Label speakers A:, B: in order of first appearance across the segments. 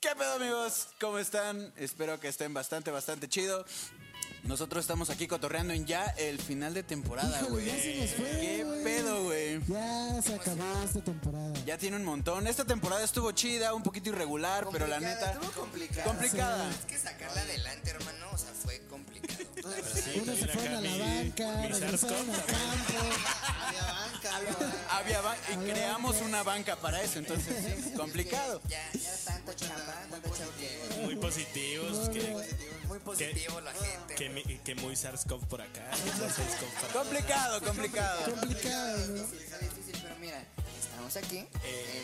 A: ¿Qué pedo amigos? ¿Cómo están? Espero que estén bastante, bastante chido. Nosotros estamos aquí cotorreando en ya el final de temporada,
B: Híjole,
A: güey.
B: ya se nos fue,
A: ¿Qué
B: güey.
A: pedo, güey?
B: Ya se acabó esta temporada.
A: Ya tiene un montón. Esta temporada estuvo chida, un poquito irregular, pero la
C: Complicada,
A: neta...
C: estuvo complicada.
A: Complicada.
C: Es que sacarla adelante, hermano, o sea, fue complicado. la verdad.
B: Unos se
D: también
B: fueron
D: acá
B: a la
D: mi-
B: banca,
D: mi
B: regresaron al
D: Zarco
B: campo.
C: Había banca, había banca.
A: Había ban- y creamos una banca para eso, entonces sí, complicado.
C: Ya, ya tanta chamba, tanta chamba.
D: Muy positivos. Que,
C: Muy positivo la gente.
D: que, mi- que muy SARS-CoV por acá. muy SARS-CoV por acá.
A: Complicado, complicado.
B: Complicado, ¿no?
C: Está difícil, pero mira, estamos aquí.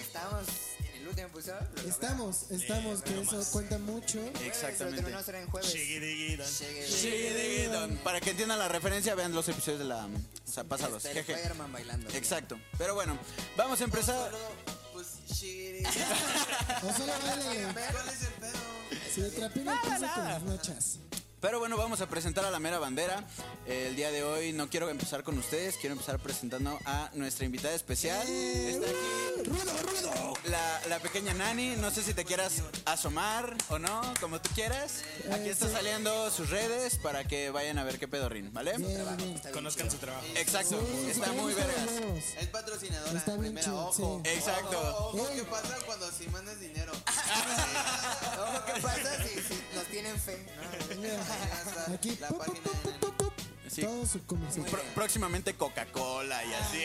C: Estamos en el último episodio. lo
B: Estamos, estamos,
D: Eh,
B: que
D: no
B: eso
D: más.
B: cuenta mucho.
C: logramos.
A: Exactamente.
C: Lo terminamos en jueves. Este,
D: Shigidigi, don.
C: Llegué.
A: Sí, don. Para que entiendan la referencia, vean los episodios de la... O sea, pásalos.
C: Está Este, el
A: Jeje.
C: Spider-Man bailando.
A: Exacto. Pero bueno, vamos a empezar...
C: Pues shigiri.
B: O solo vale
C: ¿Cuál es el pedo?
B: si el trapino empieza con las nochas.
A: Pero bueno, vamos a presentar a la mera bandera. El día de hoy no quiero empezar con ustedes, quiero empezar presentando a nuestra invitada especial. Está aquí. La, la pequeña Nani, no sé si te quieras asomar o no, como tú quieras. Aquí está saliendo sus redes para que vayan a ver qué pedorrín, ¿vale?
B: Bien, bien.
D: Conozcan su trabajo.
A: Exacto, está muy vergas.
E: Es patrocinadora
B: Está
E: de
B: bien
E: primera,
B: chido,
E: ojo.
B: sí.
A: Exacto.
E: Ojo,
B: Ey.
E: ¿qué pasa cuando si mandas dinero?
C: Ojo, ¿qué pasa si, si nos tienen fe? ¿no?
B: Mira, Aquí,
E: La
B: pop, pop,
E: página
B: pop,
E: de
B: pop, pop,
A: Sí.
B: todo su comercial.
A: Pro- próximamente Coca-Cola y así.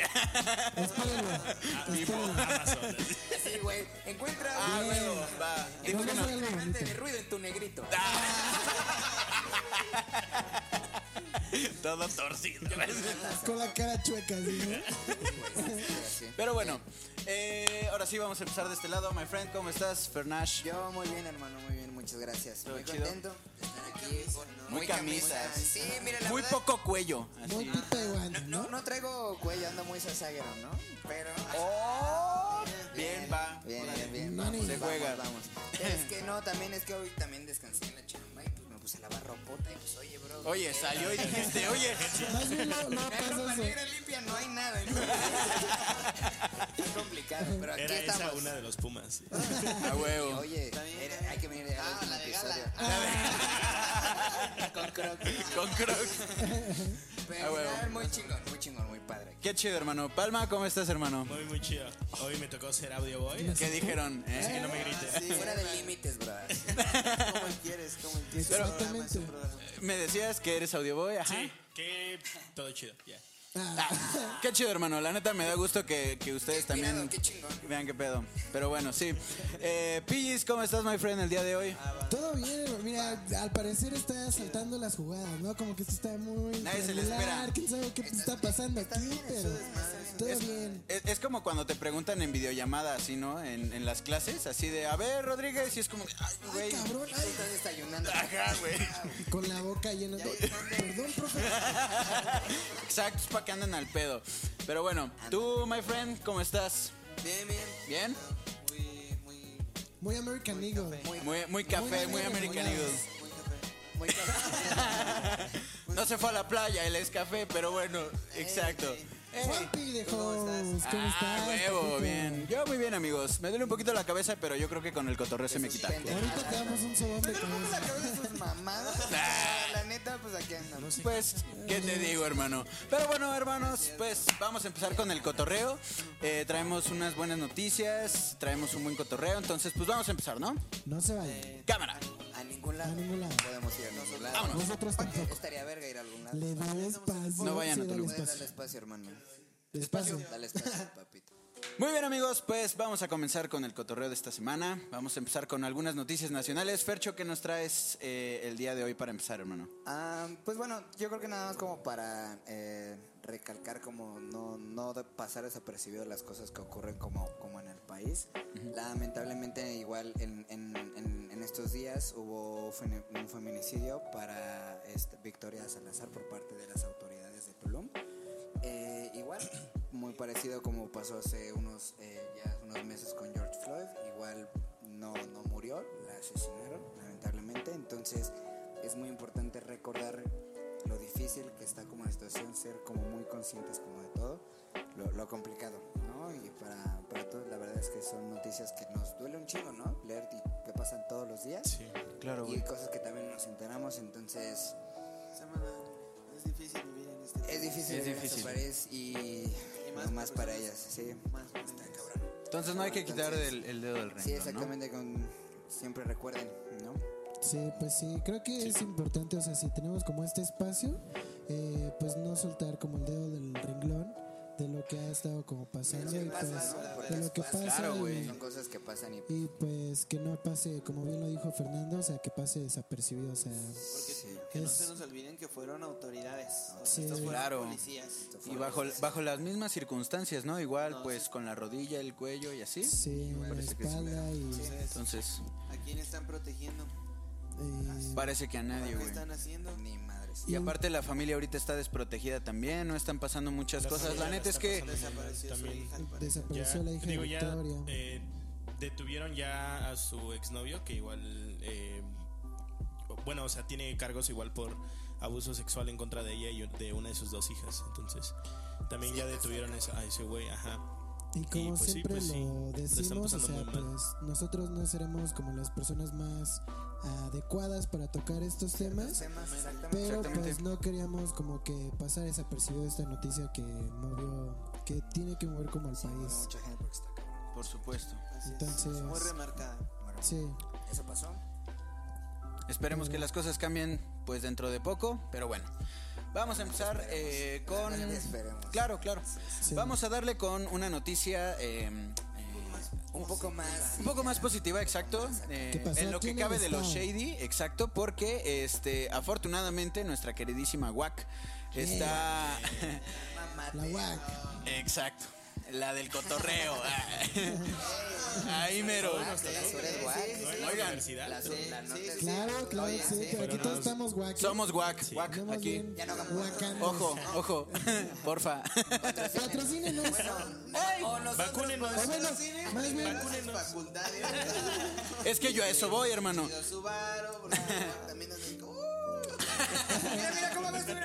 B: Espérenlo, espérenlo.
D: Amazon.
C: Sí, güey. Encuentra
A: Ah,
C: un
A: bueno, va. Ah. Dijo que
B: Vamos a
A: no.
B: hacer algo
C: cantante de
B: bonito.
C: ruido en tu negrito.
A: Todo torcido.
B: Con la cara chueca, ¿sí? ¿no?
A: Pero bueno, eh, ahora sí vamos a empezar de este lado. My friend, ¿cómo estás, Fernash?
C: Yo muy bien, hermano, muy bien, muchas gracias.
A: Todo
C: muy
A: chido.
C: contento de estar aquí. ¿no?
A: Muy camisas.
C: Sí, mira, la
A: Muy
C: verdad,
A: poco cuello.
B: Muy
A: así.
B: peruano,
C: No,
B: ¿no?
C: no traigo cuello, ando muy sasaguero, ¿no? Pero...
A: Oh, bien, va.
C: Bien, bien, bien.
B: No,
C: Vamos,
B: ni-
A: Se
C: vamos,
A: juega.
C: Vamos, Es que no, también es que hoy también descansé en la chamba y pues me puse a lavar ropota y pues, oye, bro...
A: Oye,
C: ¿qué?
A: salió y dijiste, oye,
B: Más bien no, no
C: No hay ropa
B: pasas de-
C: negra limpia, no hay nada. ¿no? es complicado, pero aquí
D: Era esa
C: estamos.
D: una de los Pumas.
A: a huevo.
C: Oye, era- hay que venir de
E: Ah,
C: al
E: la de
C: episodio.
E: gala.
A: Ah.
C: Con crocs.
A: Con Crocs.
C: Pero
A: Ah, huevo.
C: nada, muy chingón, muy chingón, muy padre.
A: Qué chido, hermano. Palma, ¿cómo estás, hermano?
D: Muy, muy chido. Hoy me tocó ser audio boy.
A: ¿Qué dijeron? eh?
D: Así que no me griten.
E: Sí,
C: Fuera de límites, bro.
F: Ah.
E: como quieres, como quieres.
B: Pero-
E: Un programa es un programa.
A: Me decías que eres audioboy, ajá.
D: Sí, que todo chido. Ya.
A: Ah, qué chido, hermano. La neta me da gusto que, que ustedes también
C: Inspirado, Qué chingón.
A: vean qué pedo. Pero bueno, sí. Eh, Pillis, ¿cómo estás, my friend, el día de hoy?
B: Todo bien, hermano. mira, al parecer está saltando las jugadas, ¿no? Como que esto está muy.
A: Nadie se le espera.
B: irregular, ¿Quién sabe qué está pasando aquí? Pero todo bien.
A: Es, es como cuando te preguntan en videollamada, así, ¿no? En, en las clases, así de, a ver, Rodríguez, y es como, de, ay,
B: Ay,
A: güey.
B: cabrón,
C: Ahí
B: ay,
C: estás desayunando.
B: con la boca llena de. Perdón, profe.
A: Exacto, es para que anden al pedo. Pero bueno, tú, my friend, ¿cómo estás?
E: Bien, bien.
A: ¿Bien?
E: Muy, muy,
B: Muy American Eagle.
C: Muy, muy,
A: Muy, muy café, muy
B: Muy
A: American
B: bien, muy
A: Eagles.
E: muy café.
A: No se fue a la playa, él es café, pero bueno, exacto. Ey.
B: Juanpi de
E: ¿Cómo
B: Hoes, ¿Cómo
A: Ah,
B: estás?
A: huevo,
B: papito?
A: bien. Yo muy bien, amigos. Me duele un poquito la cabeza, pero yo creo que con el cotorreo se me quita.
B: Ahorita te damos un sobón de
C: Pero no me la
B: cabeza.
C: cabeza de sus mamadas. O sea, La neta, pues aquí andamos.
A: Pues, ¿qué te digo, hermano? Pero bueno, hermanos, pues vamos a empezar con el cotorreo. Eh, traemos unas buenas noticias, traemos un buen cotorreo, entonces pues vamos a empezar, ¿no?
B: No se vaya.
A: Cámara.
C: A ningún lado.
B: A ningún lado.
C: Podemos ir a ningún lado.
A: Vámonos.
B: Nosotros tampoco.
C: Estaría verga ir a algún lado.
B: Le da espacio.
A: No vayan a
B: sí, dale
A: Toluca.
C: Puedes
B: espacio.
C: darle espacio, hermano.
B: Espacio.
C: Dale espacio, papito.
A: Muy bien, amigos, pues vamos a comenzar con el cotorreo de esta semana. Vamos a empezar con algunas noticias nacionales. Fercho, ¿qué nos traes eh, el día de hoy para empezar, hermano?
C: Ah, pues bueno, yo creo que nada más como para eh, recalcar como no, no de pasar desapercibido las cosas que ocurren como, como en el país. Lamentablemente igual en, en- en- en estos días hubo fene- un feminicidio para este, Victoria Salazar por parte de las autoridades de Tulum. Eh, igual, muy parecido como pasó hace unos, eh, ya hace unos meses con George Floyd. Igual no, no murió, la asesinaron, lamentablemente. Entonces, es muy importante recordar lo difícil que está como la situación, ser como muy conscientes como de todo, lo, lo complicado, ¿no? Y para, para todos, la verdad es que son noticias que nos duele un chingo, ¿no? Leer y que pasan todos
F: los días.
D: Sí.
A: Claro,
F: Y
A: güey.
F: cosas que también nos enteramos, entonces
E: Semana, es difícil vivir en este
F: es difícil
A: Es
F: llegar a su
A: difícil.
F: país y,
E: Y
F: más
E: más
F: para
E: personas.
F: ellas, sí.
E: Más
F: Está cabrón.
A: Entonces no hay que quitar el, el dedo del renglón,
F: Sí,
A: ¿no?
F: exactamente, con, siempre recuerden, ¿no?
B: Sí, pues sí, creo que es importante, o sea, si tenemos como este espacio, eh, pues no soltar como el dedo del renglón de lo que ha estado como pasando
F: que
B: y
F: pasa,
B: pues,
F: ¿no?
B: de lo que
F: Claro,
B: pasa
A: güey.
B: y,
F: Son cosas que pasan y...
B: y, pues que no pase, como bien lo dijo Fernando, o sea, que pase desapercibido, o sea,
E: Porque
F: Sí.
E: que no
B: Es-
E: se nos olviden que fueron autoridades. o sea,
B: Sí.
E: estos fueron
A: Claro.
E: policías.
A: Y bajo, bajo las mismas circunstancias, ¿no? Igual,
E: No,
A: pues con la rodilla, el cuello y así.
B: sí,
A: Me
B: la
D: pues
A: parece que es
B: espalda y
E: Entonces,
A: Entonces,
E: ¿a quién están protegiendo?
D: Ah,
B: eh,
A: parece que a nadie,
E: ¿Qué
A: güey.
E: están haciendo?
F: Ni madres.
A: Y aparte la familia ahorita está desprotegida también, no están pasando muchas
D: La
A: cosas. La
D: familia
A: neta es
D: está
A: que
D: pasando
E: Desapareció su
D: También.
E: hija. al parecer.
B: desapareció la hija
D: digo,
B: de
D: ya,
B: Victoria.
D: eh, detuvieron ya a su exnovio, que igual, eh, bueno, o sea, tiene cargos igual por abuso sexual en contra de ella y de una de sus dos hijas. Entonces, también ya detuvieron esa- a ese güey, ajá.
B: Y como
D: pues sí,
B: siempre
D: pues sí,
B: lo
D: la están
B: decimos, o
D: pasando
B: sea,
D: muy mal.
B: pues nosotros no seremos como las personas más ah, adecuadas para tocar estos temas,
F: Temas, exactamente.
B: pero
A: Exactamente.
B: pues no queríamos como que pasar desapercibido esta noticia que movió, que tiene que mover como al país.
F: Mucha gente porque está cabrón.
A: Por supuesto.
E: Así es.
B: Entonces-
E: Muy remarcada.
F: Bueno,
B: Sí,
F: eso pasó.
A: Esperemos que las cosas cambien pues dentro de poco, pero bueno. Vamos a empezar eh, con...
F: Realmente esperemos.
A: Claro, claro.
B: Sí.
A: Vamos a darle con una noticia eh, eh,
F: Un poco más.
A: un poco más positiva, exacto. eh,
B: ¿Qué pasó
A: en lo
B: aquí
A: que
B: en
A: cabe
B: el
A: de los
B: estado?
A: Shady, exacto, porque este afortunadamente nuestra queridísima WAC está...
B: la UAC.
A: Exacto. La del cotorreo. Ahí mero.
F: Las horas guac.
A: Oigan,
F: La, la nota es-
B: Claro, claro,
F: Oye,
B: sí, pero aquí todos estamos guac.
A: somos guac, guac,
B: Andamos
A: aquí.
B: bien
F: Ya no hagamos-
B: guacanes.
A: Ojo, ojo, porfa.
B: Patrocínenos.
F: O nosotros
D: Vacúnenos.
B: O bueno, más bien,
E: Facultades.
A: Es que yo a eso voy, hermano.
E: Los Subaru, porque también andan como, "Uh,
F: Mira, mira cómo va a estar.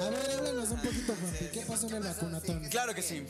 B: a ver, háblanos un poquito, Juanpi, ¿qué pasó en el vacunatón?
A: Claro que sí.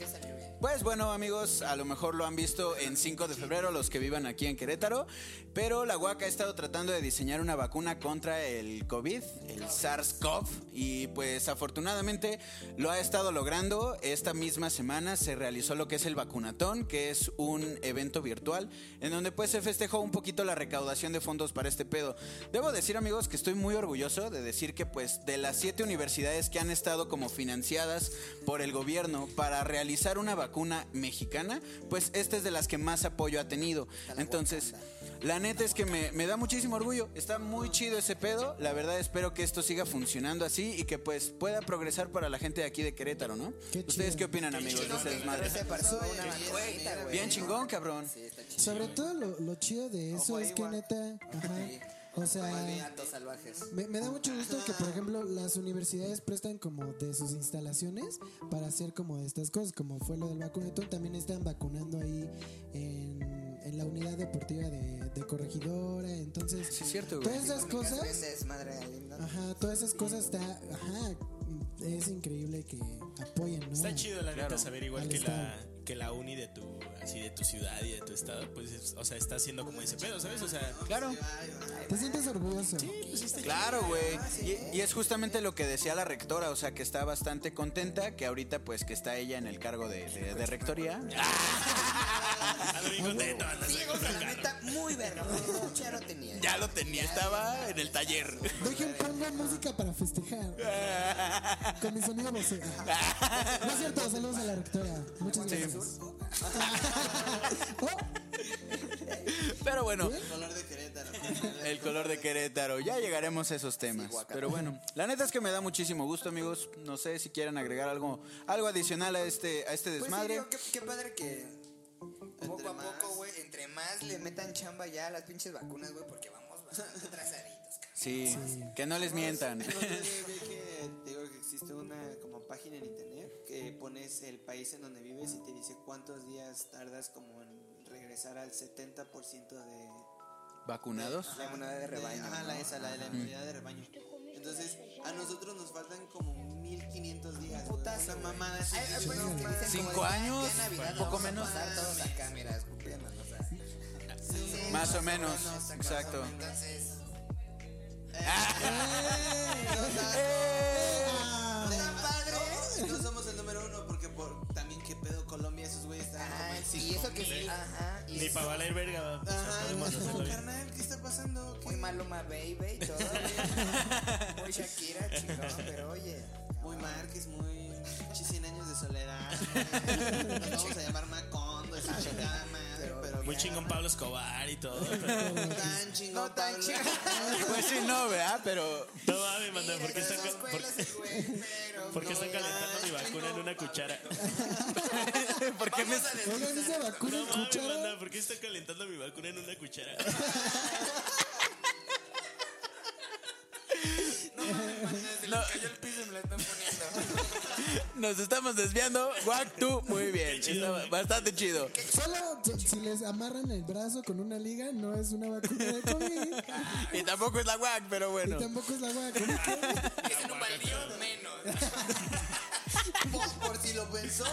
A: Pues bueno, amigos, a lo mejor lo han visto en 5 de febrero los que vivan aquí en Querétaro, pero la UAC ha estado tratando de diseñar una vacuna contra el COVID, el SARS-CoV, y pues afortunadamente lo ha estado logrando. Esta misma semana se realizó lo que es el vacunatón, que es un evento virtual en donde pues se festejó un poquito la recaudación de fondos para este pedo. Debo decir, amigos, que estoy muy orgulloso de decir que pues de las siete universidades que han estado como financiadas por el gobierno para realizar una vacuna mexicana, pues esta es de las que más apoyo ha tenido. Entonces, la neta es que me, me da muchísimo orgullo. Está muy chido ese pedo. La verdad espero que esto siga funcionando así y que pues pueda progresar para la gente de aquí de Querétaro, ¿no?
B: Qué
A: ¿Ustedes
B: chido.
A: qué opinan, amigos? de ese desmadre?
F: Se pasó una vacuita, güey.
A: Bien chingón, cabrón.
F: Sí, está chido.
B: Sobre todo lo, lo chido de eso es que neta, ajá, o sea,
F: Gatos salvajes.
B: me, me da mucho gusto que por ejemplo las universidades prestan como de sus instalaciones para hacer como estas cosas, como fue lo del vacunetón, también están vacunando ahí en, en la unidad deportiva de, de corregidora, entonces
A: Sí, es cierto, güey.
B: todas esas cosas,
F: Vende desmadre ahí, ¿no?
B: ajá, todas esas cosas está, ajá, es increíble que apoyen, ¿no?
D: Está chido la
A: Claro.
D: neta saber igual
B: Al
D: que la,
B: estado.
D: que la uni de tu así de tu ciudad y de tu estado, pues es- o sea, está haciendo como ese pedo, ¿sabes? O sea,
A: Claro.
B: Te sientes orgulloso.
A: Claro, güey. Y, y es justamente lo que decía la rectora, o sea, que está bastante contenta, que ahorita pues que está ella en el cargo de, de- de rectoría.
D: ando bien contento, ando bien
F: Ciegos, la neta, muy verga. güey. Ya lo tenía.
A: Ya lo tenía, estaba en el taller.
B: Dejen pongo música para festejar. Con mi sonido vocero. No es cierto, saludos a la rectora. Muchas gracias. Oh,
A: Pero bueno,
E: color de Querétaro.
A: el color de Querétaro, ya llegaremos a esos temas. Pero bueno, la neta es que me da muchísimo gusto, amigos. No sé si quieren agregar algo, algo adicional a este, a este
F: Pues sí,
A: desmadre.
F: digo, qué, qué padre que poco a poco, güey, entre más le metan chamba ya a las pinches vacunas, güey, porque vamos bastante atrasaditos, cabrón.
A: Sí, que no les mientan.
E: El otro día vi que, te digo que existe una como página en internet que pones el país en donde vives y te dice cuántos días tardas como en regresar al 70% de,
A: ¿Vacunados?
E: Ajá,
F: La moneda Ah, de rebaño,
E: Ajá,
F: ¿no?
E: la esa, la de la inmunidad de rebaño. Entonces, a nosotros nos faltan como 1500 días. güey. Una mamada. así.
F: Ay, ay, pues, es que dicen
A: ¿Cinco
F: como de,
A: años?
F: ya en Navidad
A: Poco
F: vamos a
A: menos.
F: pasar todos acá, mira, escupiéndonos, o sea. Sí,
A: Más o menos, exacto.
E: Entonces.
A: ¡Eh!
E: padre. No somos el número uno porque por, también qué pedo Colombia, esos güeyes están como
F: Ay,
E: el
F: sí, eso que sí. Ajá. Y
D: Ni
F: es
D: para valer verga, va, pues,
E: Ajá,
D: podemos
E: es como,
D: hacerlo bien.
E: carnal, ¿qué está pasando? ¿Qué?
F: muy Maluma Baby y todo. muy Shakira, chingón, pero oye.
E: Muy Márquez, muy pinche 100 años de soledad. güey. Nos vamos a llamar Macondo, esa chingada madre, pero
D: Muy
E: ya,
D: chingón Pablo Escobar y todo. pero-
E: No tan chingón.
F: No tan
E: Pablo.
F: chingón.
A: Pues sí, no, ¿verdad? Pero
D: No mames, manda, ¿por qué
F: Mira,
D: están,
F: pero no
D: ca- por-
F: escuelas, güey, pero
D: por qué
F: no,
D: están calentando
E: ya,
D: mi vacuna en una cuchara?
A: ¿por qué me
B: Oigan, esa vacuna
D: No
B: en
D: mames,
B: cuchara.
D: manda, ¿por qué están calentando mi vacuna en una cuchara?
A: No.
F: cayó el piso y me la están poniendo.
A: nos estamos desviando? Guac, tú, muy bien.
D: chido.
A: Está bastante chido.
B: Solo t- si les amarran el brazo con una liga, no es una vacuna de COVID.
A: Y tampoco es la guac, pero
B: Y
A: bueno.
B: tampoco es la vacuna.
F: Es en un baldío menos.
E: Por, por si lo pensó.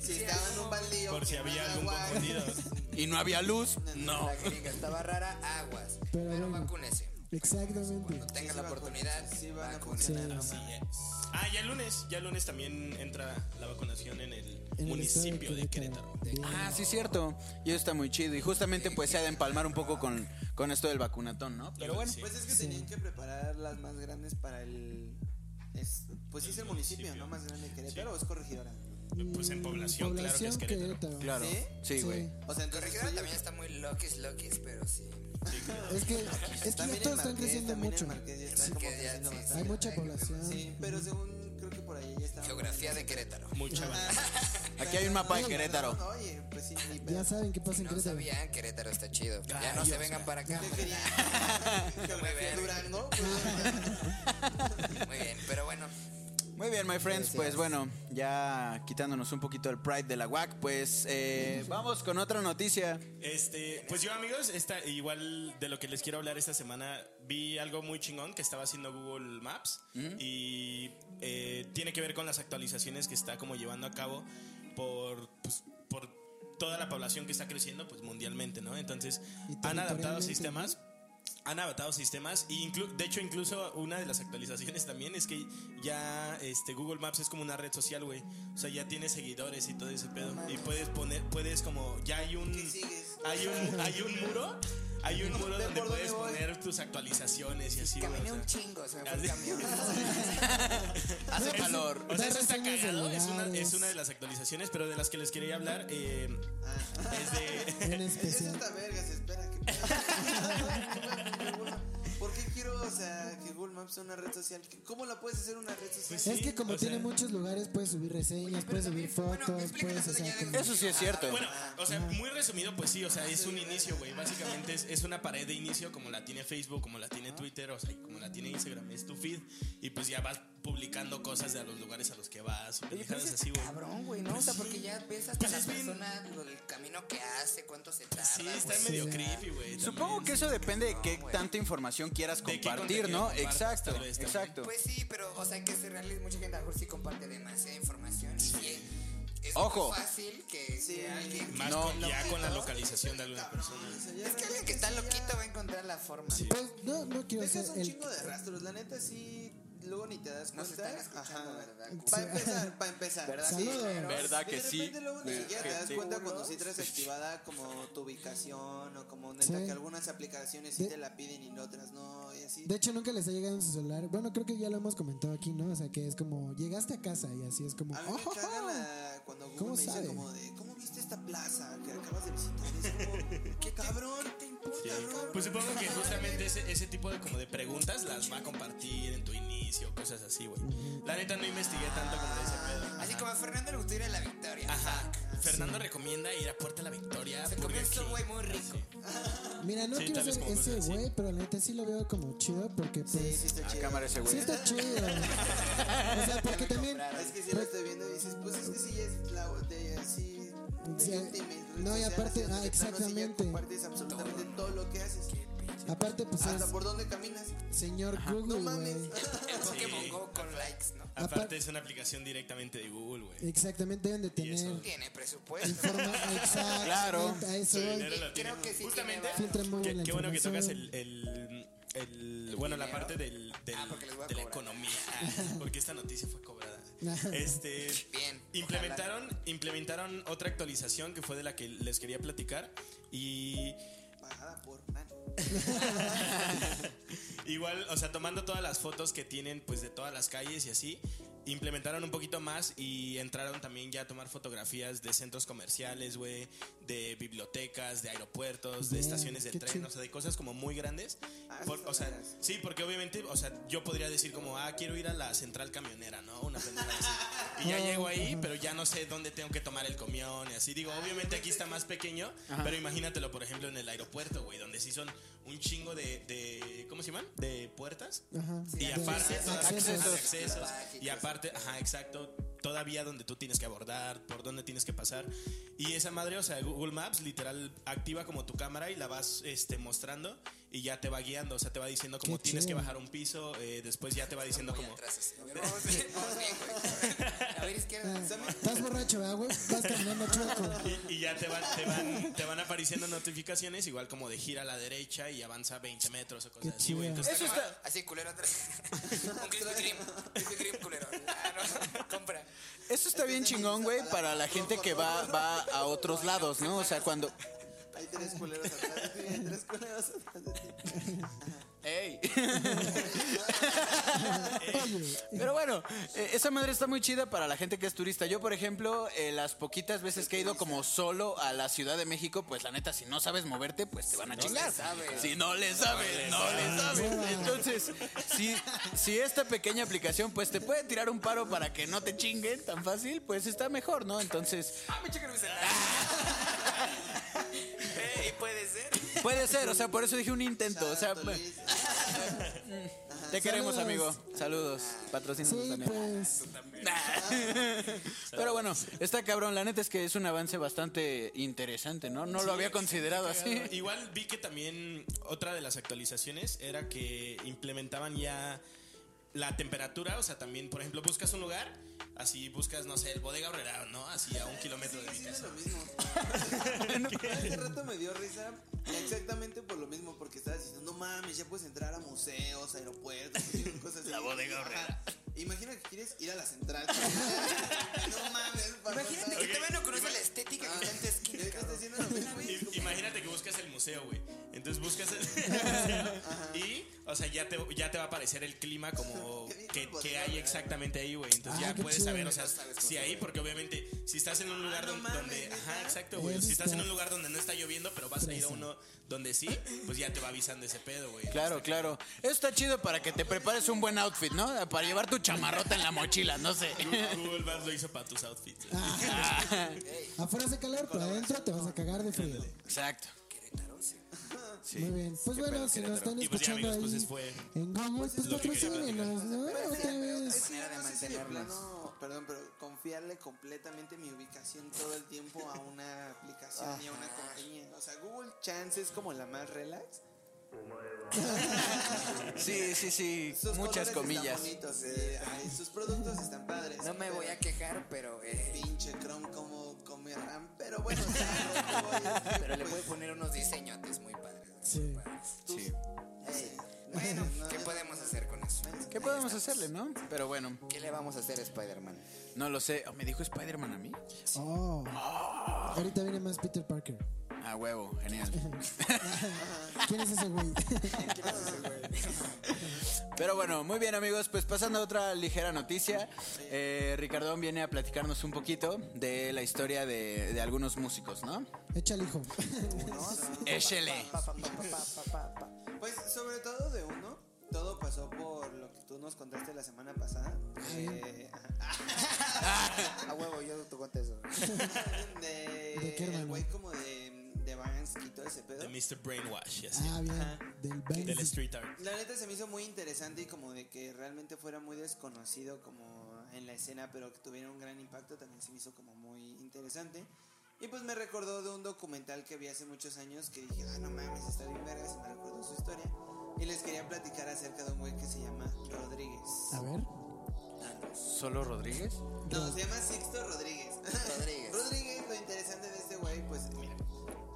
E: Si estaba en un baldío.
D: Por si
E: que
D: había
E: manda
D: algún
E: guay.
D: confundido.
A: Y no había luz. No.
F: La gringa estaba rara, aguas.
B: Pero
F: Pero,
B: bueno.
F: vacúnese.
B: Exactamente.
F: Cuando tenga la oportunidad,
E: Sí, van a
F: vacúnese.
B: funcionar.
D: Así es. Ah, ya el lunes, ya el lunes también entra la vacunación en el
B: En el
D: municipio
B: estado
D: de Querétaro.
B: Bien.
A: Ah, sí, cierto. Y eso está muy chido. Y justamente pues se ha de empalmar un poco con, con esto del vacunatón, ¿no? Pero bueno.
D: Sí.
E: Pues es que tenían que preparar las más grandes para el. es- pues sí, es el municipio, ¿no? Más grande de Querétaro o es corregidora.
D: Pues en población, claro que es
B: Población
D: Querétaro.
A: Claro.
E: ¿Sí?
A: Sí, güey.
E: O sea, entonces.
F: Corregidora
E: tú-
F: también está muy loquis, loquis, pero sí.
B: Es que, es que ya
E: también
B: todos
E: en
B: están creciendo
E: también
B: mucho.
E: en Marqués ya está
F: Sí,
E: como
F: que ya,
E: creciendo
F: sí, sí.
B: Hay
E: bastante.
B: mucha población.
E: Sí, pero según creo que por ahí ya está.
F: Geografía de Querétaro.
D: Mucha banda.
A: Aquí hay un mapa de
E: No,
A: Querétaro.
E: oye, pues sí, ni pedo.
B: Ya saben qué pasa en
F: No
B: Querétaro.
F: sabían, Querétaro está chido.
D: Ay,
F: Ya no se
D: Dios,
F: vengan para acá.
E: Yo quería. Geografía
F: verga.
E: Durango. pues,
B: Ah,
F: Muy bien, pero bueno.
A: Muy bien, my friends. Pues bueno, ya quitándonos un poquito el pride de la guac, pues eh, vamos con otra noticia.
D: Este, pues yo amigos, esta, igual de lo que les quiero hablar esta semana, vi algo muy chingón que estaba haciendo Google Maps y eh, tiene que ver con las actualizaciones que está como llevando a cabo por, pues, por toda la población que está creciendo pues mundialmente, ¿no? Entonces
B: Y
D: han adaptado
B: territorialmente,
D: sistemas. Han adaptado sistemas y inclu- de hecho incluso una de las actualizaciones también es que ya este Google Maps es como una red social, güey. O sea, ya tiene seguidores y todo ese pedo y puedes poner puedes como ya hay un
E: sigues?
D: hay un, hay un muro, hay un muro
E: Ve
D: donde
E: por dónde
D: puedes
E: voy.
D: poner tus actualizaciones y así. güey,
F: Caminé
D: o sea.
F: un chingo, se me fue el
D: Así.
F: camión.
A: Hace calor.
D: O sea, eso está
B: reseñas de
D: cagado, es una,
B: lugares.
D: es una de las actualizaciones, pero de las que les quería hablar eh,
E: Ah.
D: es de...
B: En
E: Eso
B: especial.
E: está verga, se espera que pedo. ¿Por qué quiero, o sea, que Google Maps sea una red social? ¿Cómo la puedes hacer una red social?
D: Pues sí.
B: Es que como
D: o sea-
B: tiene muchos lugares, puedes subir reseñas, puedes subir fotos, puedes... O sea, como-
A: Eso sí es cierto.
D: Bueno, o sea, muy resumido, pues sí, o sea, es un inicio, güey. Básicamente es, es una pared de inicio como la tiene Facebook, como la tiene Twitter, o sea, y como la tiene Instagram, es tu feed. Y pues ya vas publicando cosas de a los lugares a los que vas, pendejadas así, güey.
F: Cabrón, güey, ¿no? O sea, porque ya ves hasta
D: Pues
F: la
D: es bien-
F: persona, lo- el camino que hace, cuánto se tarda.
D: Sí, está
F: güey,
D: medio
F: o sea,
D: creepy, güey.
A: Supongo
D: también.
A: que eso depende de qué
F: güey.
A: tanta información quieras
D: De qué
A: compartir,
D: contenido
A: ¿no?
D: compartas,
A: Exacto,
D: tal vez, también.
A: exacto.
F: Pues sí, pero, o sea, que se realiza mucha gente a lo mejor sí comparte demasiada información y eh, es
A: Ojo.
F: muy fácil que,
E: Sí.
F: que alguien...
D: Más
A: No.
D: con- ya con la
F: Loquito.
D: localización de alguna persona.
F: Es que alguien que está loquito va a encontrar la forma.
D: Sí.
B: Pues no, no quiero ser
E: Dejas un
B: el...
E: chingo de rastros, la neta sí, luego ni te das
F: No se
E: cuenta.
F: están escuchando, ¿verdad?
E: Para empezar, para empezar.
F: ¿Verdad?
B: Saludos.
F: claro.
A: ¿Verdad
E: Y
A: que
E: de
A: sí?
E: repente luego ni
A: Sí,
E: siquiera te
A: que
E: das
A: sí.
E: cuenta cuando sí traes activada como tu ubicación o como neta
B: Sí.
E: que algunas aplicaciones sí
B: De-
E: te la piden y otras no y así.
B: De hecho, nunca les ha llegado en su celular. Bueno, creo que ya lo hemos comentado aquí, ¿no? O sea, que es como, llegaste a casa y así es como...
E: A mí me
B: "Oh,
E: caga la- cuando Google
B: ¿Cómo
E: me dice
B: sabe?
E: como de ¿Cómo viste esta plaza que acabas de visitar? Es como, ¿qué cabrón? ¿Qué te importa,
D: Sí.
E: cabrón?
D: Pues supongo que justamente ese, ese tipo de como de preguntas las va a compartir en tu inicio, cosas así, güey. La neta no investigué tanto como de ese pedo.
F: Así como a Fernando le gustó ir a la victoria.
D: Ajá. Fernando recomienda ir a Puerta La Victoria.
F: Se comió
D: Burger
F: un
D: King.
F: güey muy rico.
B: oh". Mira, no
D: Sí,
B: quiero
D: tal vez
B: ser
D: como
B: ese
D: cosas así.
B: güey, pero la neta sí lo veo como chido porque pues...
E: Sí, sí está
F: Ah,
A: A
E: chido.
A: cámara ese
B: Sí
A: güey.
B: está chido. O sea, porque también.
E: Es que si lo estoy viendo y dices, pues es que si ya es la de así. de
B: Sí,
E: Ultimate, red
B: no, y
E: social,
B: aparte- ah,
E: así, donde de plano sí ya
B: exactamente.
E: Compartes absolutamente todo lo que haces.
B: Aparte, pues es
E: Hasta por dónde caminas.
B: señor
E: No
B: Google, güey.
E: mames.
F: el Pokémon
D: Sí.
F: Go con likes, ¿no?
B: Aparte-
D: Aparte es una aplicación directamente de Google,
F: Eh,
D: güey.
B: Exactamente, deben de
D: Y eso.
B: tener
F: Tiene presupuesto.
B: informa exactamente
A: Claro.
B: a eso.
D: Su
B: voy.
D: dinero lo tiene.
F: Creo que sí
D: Justamente,
F: tiene
B: Filtra muy
D: qué,
B: bien la
D: qué bueno que tocas
B: información.
D: el, el, el- bueno, la
F: dinero?
D: parte del, del-
F: Ah, porque les voy a
D: de la
F: cobrar.
D: economía, porque esta noticia fue cobrada. Este,
F: Bien,
D: Implementaron, implementaron otra actualización que fue de la que les quería platicar y
E: Pagada por Nani.
D: Igual, o sea, tomando todas las fotos que tienen, pues de todas las calles y así, implementaron un poquito más y entraron también ya a tomar fotografías de centros comerciales, güey, de bibliotecas, de aeropuertos, de
B: Bien,
D: estaciones de
B: qué
D: tren,
B: chido.
D: o sea, de cosas como muy grandes.
E: Ah,
D: Por-
E: esas
D: o sea,
E: vergas.
D: sí, porque obviamente, o sea, yo podría decir como, ah, quiero ir a la central camionera, ¿no? Una pendejada así. Y ya
B: Ah,
D: llego ahí,
B: ajá.
D: pero ya no sé dónde tengo que tomar el camión y así. Digo, obviamente aquí está más pequeño, pero imagínatelo, por ejemplo, en el aeropuerto, güey, donde sí son un chingo de, de- ¿cómo se llaman? De puertas.
B: Ajá.
D: Y
B: De
D: aparte,
B: accesos.
D: todas-
A: accesos.
D: ajá, de accesos.
F: Páginas.
D: Y aparte, ajá, exacto, todavía donde tú tienes que abordar, por dónde tienes que pasar. Y esa madre, o sea, Google Maps literal activa como tu cámara y la vas este, mostrando y ya te va guiando, o sea, te va diciendo como
B: Qué
D: tienes que
B: chido.
D: bajar un piso, eh, después ya te va diciendo
F: Muy
D: como...
F: atrás, así. A ver, Vamos bien, vamos bien, güey. A ver, izquierda.
B: Ah, Estás borracho, ¿verdad, güey? Vas caminando chueco.
D: Y, y ya te van, te, van, te van apareciendo notificaciones, igual como de gira a la derecha y avanza 20 metros o cosas
B: Qué
D: así, güey.
B: chido.
D: Entonces,
A: Eso está-
F: Este Así, culero atrás. Un Krispy Kreme. Krispy Kreme, culero. Ah, no. Compra.
A: Eso está bien chingón, güey, para la gente que va, va a otros lados, ¿no? O sea, cuando...
E: Hay tres culeros atrás de ti, hay tres culeros atrás de ti.
A: ¡Ey!
B: Oye,
A: Pero bueno, eh, esa madre está muy chida para la gente que es turista. Yo, por ejemplo, eh, las poquitas veces que he ido como solo a la Ciudad de México, pues la neta, si no sabes moverte, pues te van a chingar.
F: sabes.
A: Si no le sabes, no le sabes. Entonces, si, si esta pequeña aplicación, pues te puede tirar un paro para que no te chinguen tan fácil, pues está mejor, ¿no? Entonces,
F: Ah, me checan mi celular. Ey, puede ser.
A: puede ser, o sea, por eso dije un intento. O sea,
E: Santo Luis.
A: te queremos,
B: Saludos.
A: amigo. Saludos. Patrocínanos
B: sí,
A: también.
B: pues.
A: Pero bueno, está cabrón. La neta es que es un avance bastante interesante, ¿no? No lo había considerado así.
D: Igual vi que también otra de las actualizaciones era que implementaban ya la temperatura, o sea, también, por ejemplo, buscas un lugar, así buscas, no sé, el bodega obrera, ¿no? Así a un kilómetro de mi
E: Sigue
D: casa.
E: siendo lo mismo. Hace rato me dio risa exactamente por lo mismo, porque estaba diciendo, no mames, ya puedes entrar a museos, aeropuertos, y cosas así.
D: La bodega
E: Ajá.
D: horrera.
E: Imagina que quieres ir a la central. no mames, para
F: Imagínate que te van a conocer la estética
A: Ah.
F: que está en tu esquina.
E: Ahorita está haciendo lo mismo.
D: I- Imagínate que buscas el museo, güey. Entonces buscas el museo y, o sea, ya te, ya te va a aparecer el clima como que, que hay exactamente ahí, güey. Entonces
B: Ah,
D: ya
B: qué
D: puedes
B: chido.
D: saber, o sea, si ahí, porque obviamente si estás en un lugar
E: Ah, no
D: don-
E: mames,
D: donde,
E: ¿neta?
D: ajá, exacto, güey.
B: Eso
D: Si estás en
B: está-
D: un lugar donde no está lloviendo, pero vas a ir a uno donde sí, pues ya te va avisando ese pedo, güey.
A: Claro, claro. Eso está chido para que te prepares un buen outfit, ¿no? Para llevar tu chamarrota en la mochila, no sé.
D: Ah, Google Maps lo hizo para tus outfits. güey.
A: Ah.
B: Afuera hace calor, pero adentro te vas a cagar de frío.
A: Exacto.
B: Muy bien. Pues bueno, si nos están
D: Y pues ya,
B: escuchando
D: amigos, pues
B: ahí
D: eso fue.
B: en Google, pues
D: lo que quería
B: patrocínenos, ¿no? Otra
E: Es
B: vez.
E: que
F: manera de
E: no sé si de
F: mantenernos.
E: plano, perdón, pero confiarle completamente mi ubicación todo el tiempo a una aplicación y a una compañía. O sea, Google Chance es como la más relax.
A: Sí, sí, sí.
E: Sus
A: Muchas
E: colores
A: comillas.
E: están bonitos, eh, ay, sus productos están padres.
F: No me voy a quejar, pero. eh,
E: pinche Chrome como come RAM, pero bueno, o sea, lo que voy es que,
F: pero le
E: pues,
F: puedes poner unos diseñotes muy padres. muy
B: Sí.
F: padres.
A: Sí.
E: eh,
F: Bueno,
E: no,
F: ¿qué
E: yo-
F: podemos hacer con eso?
A: ¿Qué podemos hacerle, no? Pero bueno,
F: ¿Qué le vamos a hacer a Spider-Man?
A: no lo sé. Oh, ¿Me dijo Spider-Man a mí?
B: Oh. Ahorita viene más Peter Parker.
A: A huevo, genial.
B: ¿Quién es ese güey?
A: Pero bueno, muy bien amigos, pues pasando a otra ligera noticia, eh, Ricardón viene a platicarnos un poquito de la historia de, de algunos músicos, ¿no?
B: Échale, hijo.
F: Eh.
A: Échele.
E: Pa, pa, pa, pa, pa, pa, pa. Pues sobre todo de uno, todo pasó por lo que tú nos contaste la semana pasada. eh,
F: A huevo, yo te conté eso.
E: de,
B: ¿De qué, hermano?
E: el güey como de, de Vance y todo ese pedo.
D: De Mr. Brainwash, y así.
B: Ah, bien. Del
D: Del
B: Benz.
D: street art.
E: La neta se me hizo muy interesante y como de que realmente fuera muy desconocido como en la escena, pero que tuviera un gran impacto, también se me hizo como muy interesante. Y pues me recordó de un documental que vi hace muchos años que dije, ah, no mames, está bien verga, se me recordó su historia. Y les quería platicar acerca de un güey que se llama Rodríguez.
B: A ver.
A: ¿Solo Rodríguez?
E: No, se llama Sixto Rodríguez.
F: Rodríguez.
E: Rodríguez, lo interesante de este güey, pues mira,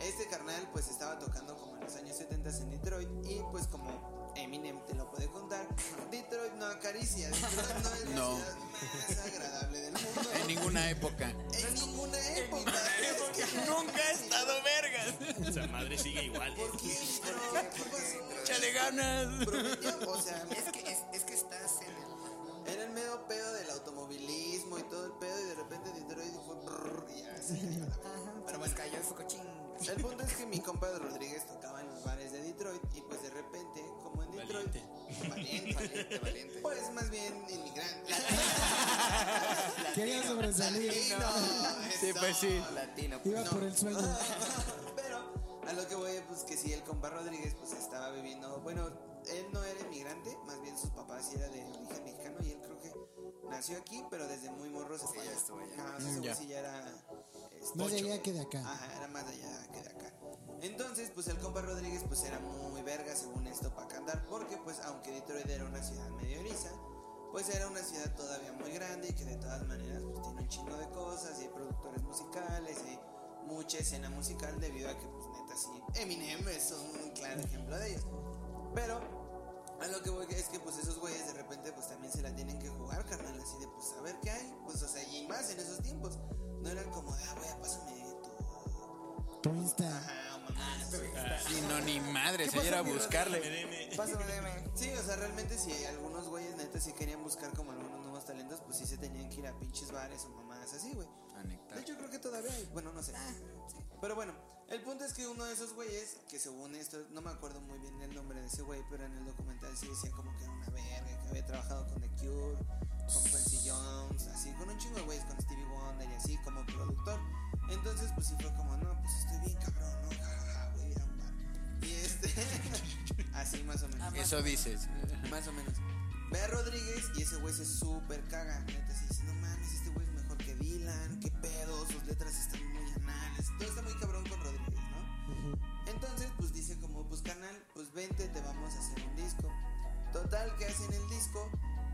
E: este carnal pues estaba tocando como en los años 70 en Detroit y pues como Eminem te lo puede contar, Detroit no acaricia, Detroit no es la
A: No.
E: ciudad más agradable del mundo.
A: En ninguna época.
E: En ninguna época. Es que-
A: Nunca he estado vergas.
D: Esa madre sigue igual.
E: ¿Por qué? Detroit? ¿Qué pasó?
A: Échale ganas.
E: Prometió, O sea,
F: Es que, es, es que estás en el...
E: era el medio pedo del automovilismo y todo el pedo y de repente Detroit fue... brrr, y ya se cayó la verga.
F: Pero
E: Pero
F: bueno,
E: bueno,
F: cayó el foco ching.
E: El punto es que mi compa Rodríguez tocaba en los bares de Detroit y pues de repente, como en Detroit, valiente, valiente, valiente, pues más bien inmigrante.
B: Quería sobresalir.
A: Sí, pues sí.
F: Latino. pues.
B: Iba por el sueño.
E: Pero a lo que voy pues que sí, el compa Rodríguez pues estaba viviendo, bueno, él no era inmigrante, más bien sus papás sí era de origen mexicano y él creo que nació aquí, pero desde muy morro se fue
F: ya
E: allá.
F: estuvo allá.
E: Ajá, o
A: Mm,
E: sea, ese güey
A: ya.
E: sí ya era... este,
B: Más de
E: pocho.
B: allá que de acá.
E: Ajá, era más de allá que de acá. Entonces, pues el compa Rodríguez pues era muy verga según esto para cantar, porque pues aunque Detroit era una ciudad medio eriza, pues era una ciudad todavía muy grande y que de todas maneras pues tiene un chingo de cosas y hay productores musicales y hay mucha escena musical debido a que pues neta sí, Eminem es un claro ejemplo de ellos. Pero a lo que voy es que pues esos güeyes de repente pues también se la tienen que jugar, carnal, así de pues a ver qué hay, pues o sea, y más en esos tiempos. No eran como, de, ah, güey, pásame tu...
B: Tu Insta.
E: Ajá, mamá.
A: Sí, no, ni madre. Se iba a buscarle.
D: MDM.
F: Pásame DM.
E: Sí, o sea, realmente si algunos güeyes neta sí querían buscar como algunos nuevos talentos, pues sí se tenían que ir a pinches bares o mamadas así, güey. De hecho, creo que todavía hay. Bueno, no sé. Pero bueno, el punto es que uno de esos güeyes, que según esto, no me acuerdo muy bien el nombre de ese güey, pero en el documental sí decía como que era una verga, que había trabajado con The Cure, con Quincy Jones, así, con un chingo de güeyes, con Stevie Wonder y así, como productor. Entonces, pues sí fue como, no, pues estoy bien cabrón, ¿no? Ja, ja, ja, voy a ir a un bar. Y este, así más o menos.
A: Eso dices.
E: Más o menos. Ve a Rodríguez y ese güey se super caga. Neta, se dice, no mames, este güey es mejor que Dylan, qué pedo, sus letras están muy anales. Todo está muy cabrón con Rodríguez, ¿no? Entonces, pues dice como, pues canal, pues vente, te vamos a hacer un disco. Total, que hacen el disco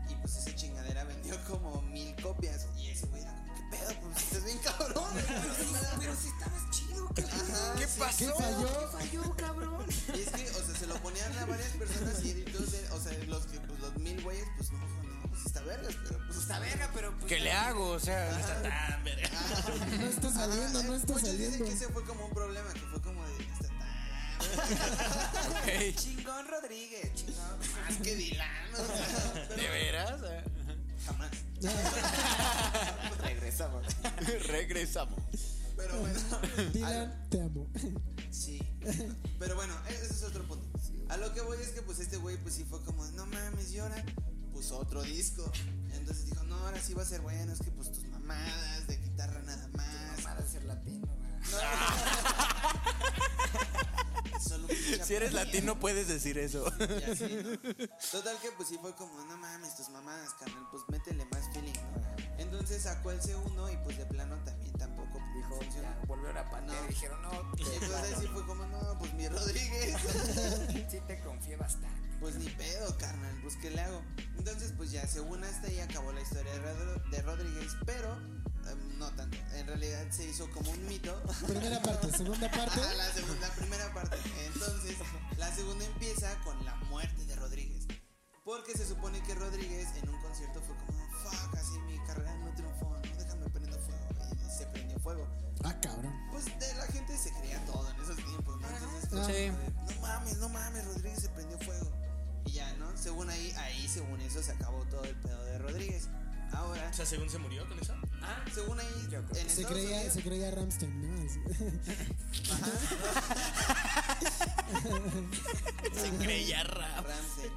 E: y pues esa chingadera vendió como mil copias. Y ese güey era como, qué pedo, pues estás bien cabrón.
F: Pero si estabas chido, ¿qué
E: Ajá,
A: ¿Qué
E: sí.
B: ¿Qué
A: pasó?
B: falló?
F: falló, cabrón?
E: Y es que, o sea, se lo ponían a varias personas y entonces, o sea, los que, pues los mil güeyes, pues no, no, pues está vergas, pero pues
F: Está
E: está vergas.
F: verga, pero pues...
A: ¿Qué le hago? O sea,
D: Ah, verga.
B: No está saliendo, no está
E: Muchos
B: saliendo.
E: dicen pues que ese fue como un problema, que fue como de, "No está tan
A: ok.
F: Chingón Rodríguez, chingón.
E: más que Dylan, o sea, pero
A: ¿De veras?
E: jamás.
F: pues Regresamos.
A: Regresamos.
E: Pero bueno,
B: Dylan, te amo.
E: sí. Pero bueno, e-, ese es otro punto. A lo que voy es que, pues este güey, pues sí fue como, no mames, llora. Puso otro disco. Entonces dijo, no, ahora sí va a ser bueno, es que pues tus mamadas de guitarra nada más.
F: Mamada ser latino, güey.
E: Solo un pinche
A: Si eres
E: apaño".
A: latino puedes decir eso.
E: Y así, ¿no? Total que pues sí fue como, no mames, tus mamadas, carnal, pues métele más feeling, ¿no? Entonces sacó el C1 y pues de plano también tampoco
F: Dijo,
E: dijo,
F: ya, volvieron a patear.
E: No.
F: Dijeron, no, pues, te
E: Entonces sí fue como, no, pues mi Rodríguez.
F: sí te confié bastante.
E: Pues ni pedo, carnal, pues ¿qué le hago? Entonces, pues ya, según hasta ahí acabó la historia de, Rodro- de Rodríguez, pero em, no tanto. En realidad se hizo como un mito.
B: Primera parte, segunda parte.
E: Ajá, la segunda, la primera parte. Entonces, la segunda empieza con la muerte de Rodríguez. Porque se supone que Rodríguez en un concierto fue como, fuck, así mi carrera no triunfó, no déjame prendo fuego. Y se prendió fuego.
B: Ah, cabrón.
E: Pues de la gente se creía todo en esos tiempos, ¿no? Entonces, fue
B: Ah.
A: Sí.
E: como de, no mames, no mames, Rodríguez se prendió fuego. Y ya, ¿no? Según ahí, ahí, según eso, se acabó todo el pedo de Rodríguez. Ahora,
D: O sea, según se murió con eso.
E: según ahí,
F: Yo creo.
E: en
B: Se
E: Estados
B: creía,
E: Unidos-
B: se creía Ramstein, ¿no? Así.
D: Se creía rap.
E: Ramsey.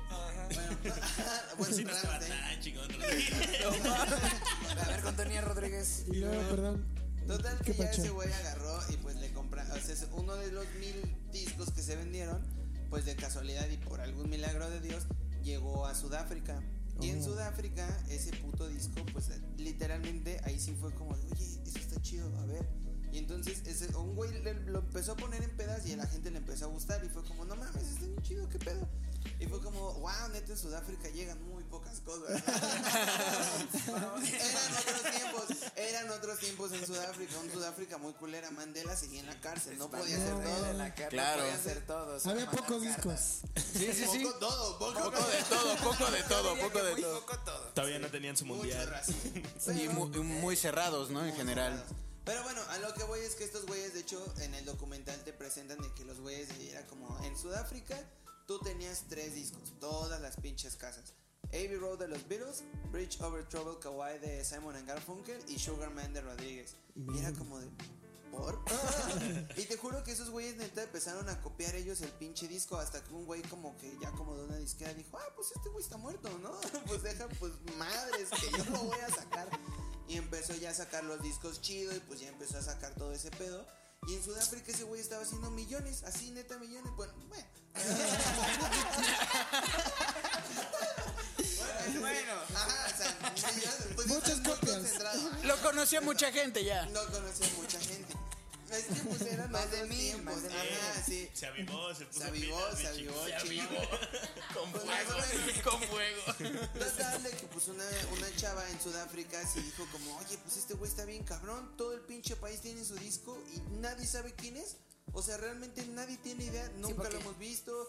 E: Bueno, bueno,
D: Si Pues no estaba
E: Ramsey.
D: tan chingón.
F: A ver, con Tony Rodríguez.
B: Y luego, perdón.
E: Total
B: ¿Qué
E: que ya
B: pacho?
E: ese güey agarró y pues le compra, o sea, es uno de los mil discos que se vendieron, pues de casualidad y por algún milagro de Dios, llegó a Sudáfrica. Y en
B: Oh.
E: Sudáfrica, ese puto disco, pues literalmente ahí sí fue como, de, oye, eso está chido, a ver. Y entonces ese, un güey le- lo empezó a poner en pedas y a la gente le empezó a gustar y fue como, no mames, está bien chido, qué pedo. Y fue como, wow, neta en Sudáfrica llegan muy pocas cosas. eran otros tiempos, eran otros tiempos en Sudáfrica, un Sudáfrica muy culera. Mandela seguía en la cárcel, no podía hacer
F: Español,
E: todo.
F: de la carta,
A: Claro.
F: podía hacer todo. se
B: Había
F: llama la
B: pocos
F: carta.
B: discos.
A: Sí, sí, sí.
E: Poco todo, poco,
A: Poco de todo, poco de todo, poco de
E: Muy
A: todo.
E: poco todo.
D: Todavía no tenían su
E: Mucho
D: mundial.
E: racismo.
A: Y
E: Pero-
A: mu- y muy, cerrados, ¿no? En general.
E: Pero bueno, a lo que voy es que estos güeyes, de hecho, en el documental te presentan de que los güeyes era como en Sudáfrica, tú tenías tres discos, todas las pinches casas. Abbey Road de los Beatles, Bridge Over Troubled Kawaii de Simon and Garfunkel y Sugarman de Rodríguez. Y
A: Mm.
E: era como de ¿Por? y te juro que esos güeyes neta empezaron a copiar ellos el pinche disco hasta que un güey como que ya como de una disquera dijo, ah, pues este güey está muerto, ¿no? pues deja, pues madres, que yo lo voy a sacar. Y empezó ya a sacar los discos chidos y pues ya empezó a sacar todo ese pedo. Y en Sudáfrica ese güey estaba haciendo millones, así neta millones. Bueno, bueno. bueno, bueno. Ajá, o sea, millones, pues,
B: Muchas
E: estás muy
B: copias.
E: concentrado.
A: Lo conocía mucha gente ya.
E: No conocía mucha gente. Es que pues eran
F: Más
E: más
F: de
E: de
F: mil,
E: tiempos.
F: más de mil.
E: pues, Ajá, sí.
D: Se avivó, se puso
E: Se avivó,
D: pilas,
E: se
D: mi chico,
E: avivó,
D: se
E: chico.
D: avivó. Con
E: Pues,
D: fuego,
E: más o menos.
D: con fuego.
E: Total de que pues una, una chava en Sudáfrica se dijo como, oye, pues este güey está bien cabrón, todo el pinche país tiene su disco y nadie sabe quién es. O sea, realmente nadie tiene idea, nunca
F: porque-
E: lo hemos visto.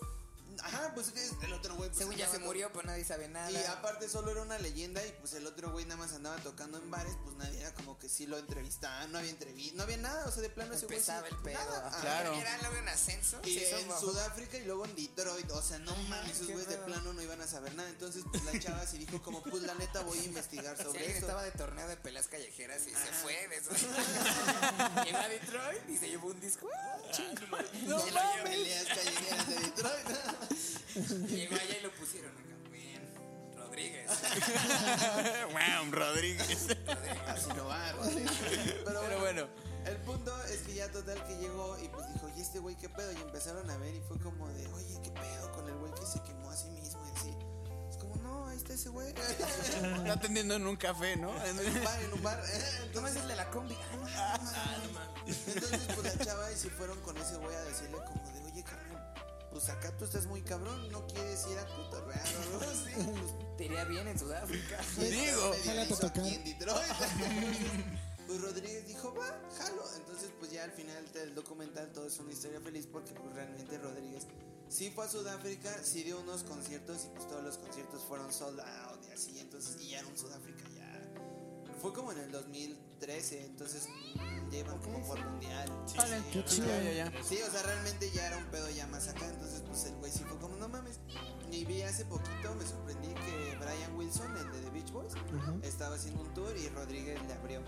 E: Ajá, pues es que el otro güey. pues,
F: Según ya
E: andaba
F: se
E: todo-
F: murió, pero nadie sabe nada.
E: Y aparte solo era una leyenda y pues el otro güey nada más andaba tocando en bares, pues nadie era como que sí lo entrevistaban, no había entrevista, no había nada, o sea, de plano ese güey sí-
F: Empezaba el pedo.
E: nada. Ah,
A: Claro.
F: Era luego en ascenso.
E: Y
F: se hizo
E: en
F: bajo-
E: Sudáfrica y luego en Detroit. O sea, no mames, esos
F: qué
E: güeyes de
F: raro.
E: plano no iban a saber nada. Entonces, pues la chava sí dijo como, pues la neta voy a investigar
F: Si
E: sobre
F: alguien
E: esto.
F: estaba de torneo de peleas callejeras y se fue de eso. Llegó a Detroit y se llevó un disco. ¡Ah, chingo!
E: No
F: Y lo llevó-
E: peleas callejeras de Detroit.
F: Llegó allá y Ah, lo pusieron acá. Bien, Rodríguez.
A: Wow, Rodríguez.
E: Así no va, Rodrigo. Pero
A: Pero bueno.
E: El punto es que ya total que llegó y pues dijo, ¿y este güey qué pedo? Y empezaron a ver y fue como de, oye, ¿qué pedo con el güey que se quemó a sí mismo? Y así, es como, no, ahí está ese güey. en
A: Está atendiendo en un café, ¿no?
E: un bar, en un bar.
F: ¿Cómo es el de la combi?
E: Ah, Entonces, pues la chava y se fueron con ese güey a decirle como de, oye, carnal, pues acá tú estás muy cabrón, no quieres ir a cotorrear o algo así. Pues,
F: Te iría bien en Sudáfrica.
A: Digo.
E: medio
B: Jálate a
E: hizo
B: tocar.
E: aquí en Detroit. Pues Rodríguez dijo, va, jalo. Entonces, pues ya al final del documental todo es una historia feliz porque pues realmente Rodríguez sí fue a Sudáfrica, sí dio unos conciertos y pues todos los conciertos fueron sold out y así. Entonces, y ya era un Sudáfrica ya. Fue como en el 2013, entonces mm, llevan como por mundial.
D: Vale.
B: Qué chido.
A: Ya, ya, ya.
E: Sí, o sea, realmente ya era un pedo ya más acá, entonces pues el güey sí fue como, no mames. Y vi hace poquito, me sorprendí que Brian Wilson, el de The Beach Boys,
B: Ajá.
E: estaba haciendo un tour y Rodríguez le abrió.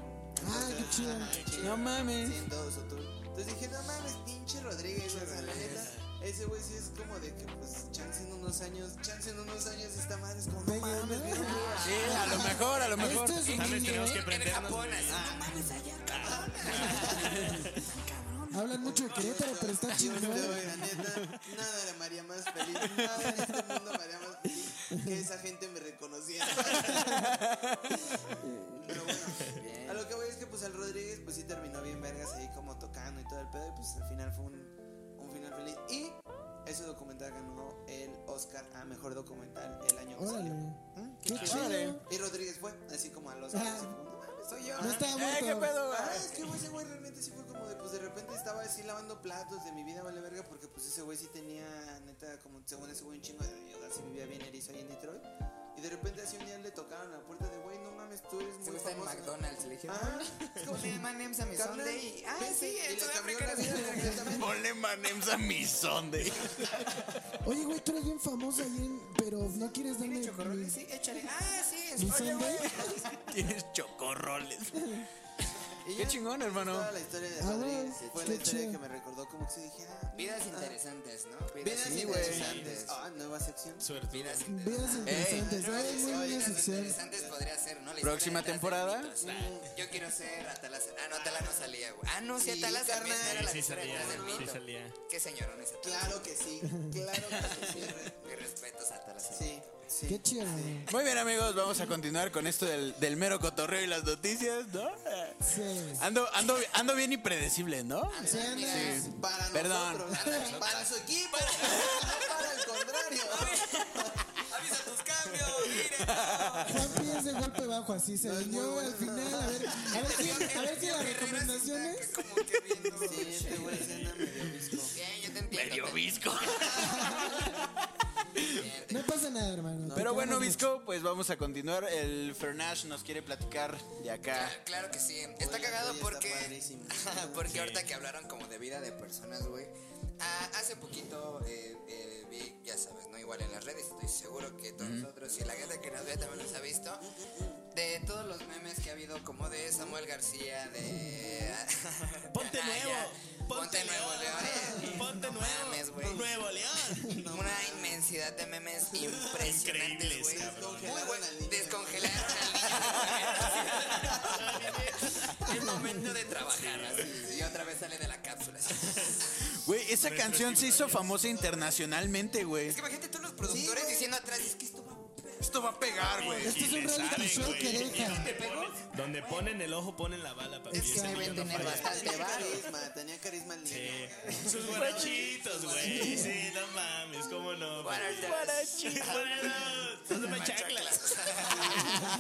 B: Ah, qué chido.
A: No mames.
E: Haciendo su tour. Entonces dije, no mames, pinche Rodríguez, o sea, la neta, ese güey sí es como de que pues chance en unos años, chance en unos años esta madre es como, no
B: Pega,
E: mames,
B: ¿no?
E: viejo".
A: Sí, a lo mejor, a lo mejor.
B: Esto es
D: Tal vez tenemos que
F: En
D: prendernos. Ah,
F: Japón, así.
B: Hablan mucho de Querétaro, pero está
E: Yo
B: chingón.
E: te doy, la neta, nada me haría más feliz, nada en este mundo me haría más feliz que esa gente me reconociera. Pero bueno, a lo que voy es que pues al Rodríguez pues sí terminó bien vergas ahí como tocando y todo el pedo y pues al final fue un, un final feliz. Y ese documental ganó el Oscar a Mejor Documental el año pasado.
B: Órale. Qué
A: Órale.
B: chido.
E: Y Rodríguez fue así como al Oscar. así como, "No mames, soy yo.
B: Ah. No estaba
A: Eh, ¿qué
B: muerto.
A: pedo?
E: Ah, es que güey, ese güey realmente sí fue como de, pues de repente estaba así lavando platos de mi vida, vale verga, porque pues ese güey sí tenía, neta, como según ese güey un chingo de deudas y vivía bien erizo ahí en Detroit. Y de repente así un día le tocaron a la puerta de, güey, no mames, tú eres
F: Se
E: muy
F: gusta en
E: famoso.
F: McDonald's. Le dije,
E: Ah,
F: es como si my name's a mi
E: carnal,
F: Sunday. Ah,
E: vente.
F: sí, en
E: Y le cambió
F: Sudáfrica.
E: la
F: era así.
E: vida completamente.
A: Ponle manems a mi sonde.
B: Oye, güey, tú eres bien famoso ahí en... Pero no quieres darme...
F: ¿Tiene
B: mi-
F: chocorroles? Sí, échale. Ah, sí,
B: mi
F: es Oye,
B: Sunday?
F: güey.
A: Tienes chocorroles.
E: Y
A: Qué
E: ya,
A: chingón, hermano.
E: Toda la historia de
B: Ah, güey,
E: Rodríguez fue la
B: qué
E: historia
B: chido.
E: que me recordó como que se dije, ah,
F: Vidas
E: ah,
F: interesantes, ¿no?
E: Vidas
A: Sí, güey.
E: interesantes. Ah, nueva sección.
D: Suerte.
F: Vidas
B: Vidas
F: interesantes.
B: interesantes.
F: Creo que
B: Ay, muy
F: eso,
B: buena
F: vidas
B: sección.
F: interesantes podría ser, ¿no? La
A: Próxima
F: historia
A: temporada.
F: detrás de mitos. Yo quiero ser Atala. Ah, no, Atala no salía, güey. Ah, no, sí,
E: Sí,
F: Atala también
E: carnal.
F: era la
D: Sí,
F: historia
D: salía,
F: detrás del
D: sí
F: mito.
D: salía.
F: Qué señorón es Atala.
E: Claro que sí, claro que sí.
F: Mis respetos a Atala.
E: Sí, sí.
B: Qué chido, güey.
A: Muy bien, amigos, vamos a continuar con esto del, del mero cotorreo y las noticias, ¿no?
B: Sí.
A: Ando, ando, ando bien impredecible, ¿no?
B: Sí, anda.
E: Para
A: Perdón.
E: nosotros, para su equipo, no para el contrario.
B: golpe bajo, así se
E: No, es muy
B: rindió
E: bueno.
B: al final. A ver, a ver si, a ver si las recomendaciones.
E: Como que viendo. Sí, este güey se anda medio visco.
C: Bien, yo te entiendo. te-
G: visco.
B: No pasa nada, hermano.
A: Pero
B: Te
A: bueno,
B: queremos
A: Visco, pues vamos a continuar. El Fernash nos quiere platicar de acá.
C: Ah, Claro que sí. Está
E: Oye,
C: cagado
E: oye, está
C: porque.
E: padrísimo.
C: porque ahorita que hablaron como de vida de personas, güey. ah, hace poquito eh, eh, vi, ya sabes, no igual en las redes, estoy seguro que todos nosotros y la gente que nos ve también los ha visto. De todos los memes que ha habido, como de Samuel García, de.
D: Ponte
C: Anaya,
D: nuevo.
C: Ponte, nuevo, León. eh,
D: Ponte
C: no
D: nuevo.
C: mames, güey.
D: nuevo León.
C: Una inmensidad de memes impresionantes,
D: Increíbles,
C: güey.
D: cabrón.
C: Muy bueno.
E: Descongelaron al niño.
C: Descongelaron al niño. Es momento de trabajar. así. Y otra vez sale de la cápsula. así.
A: Güey, esa canción se hizo famosa internacionalmente, güey.
C: Es que imagínate todos los productores diciendo atrás, es que esto va
A: Esto va a pegar, güey.
B: Este es
D: Y
B: un
D: le
B: reality
D: saben,
B: show
D: güey.
B: que deja.
D: Y Donde ponen, donde ponen el ojo, ponen la bala. Para este
C: Es que deben tener bastante
E: Tenía
C: varo.
E: carisma, tenía carisma el niño. güey.
D: Sus guarachitos, güey. Sí, no mames, cómo no. güey.
C: Guarachitos.
D: Guarachitos. Son de machaclas.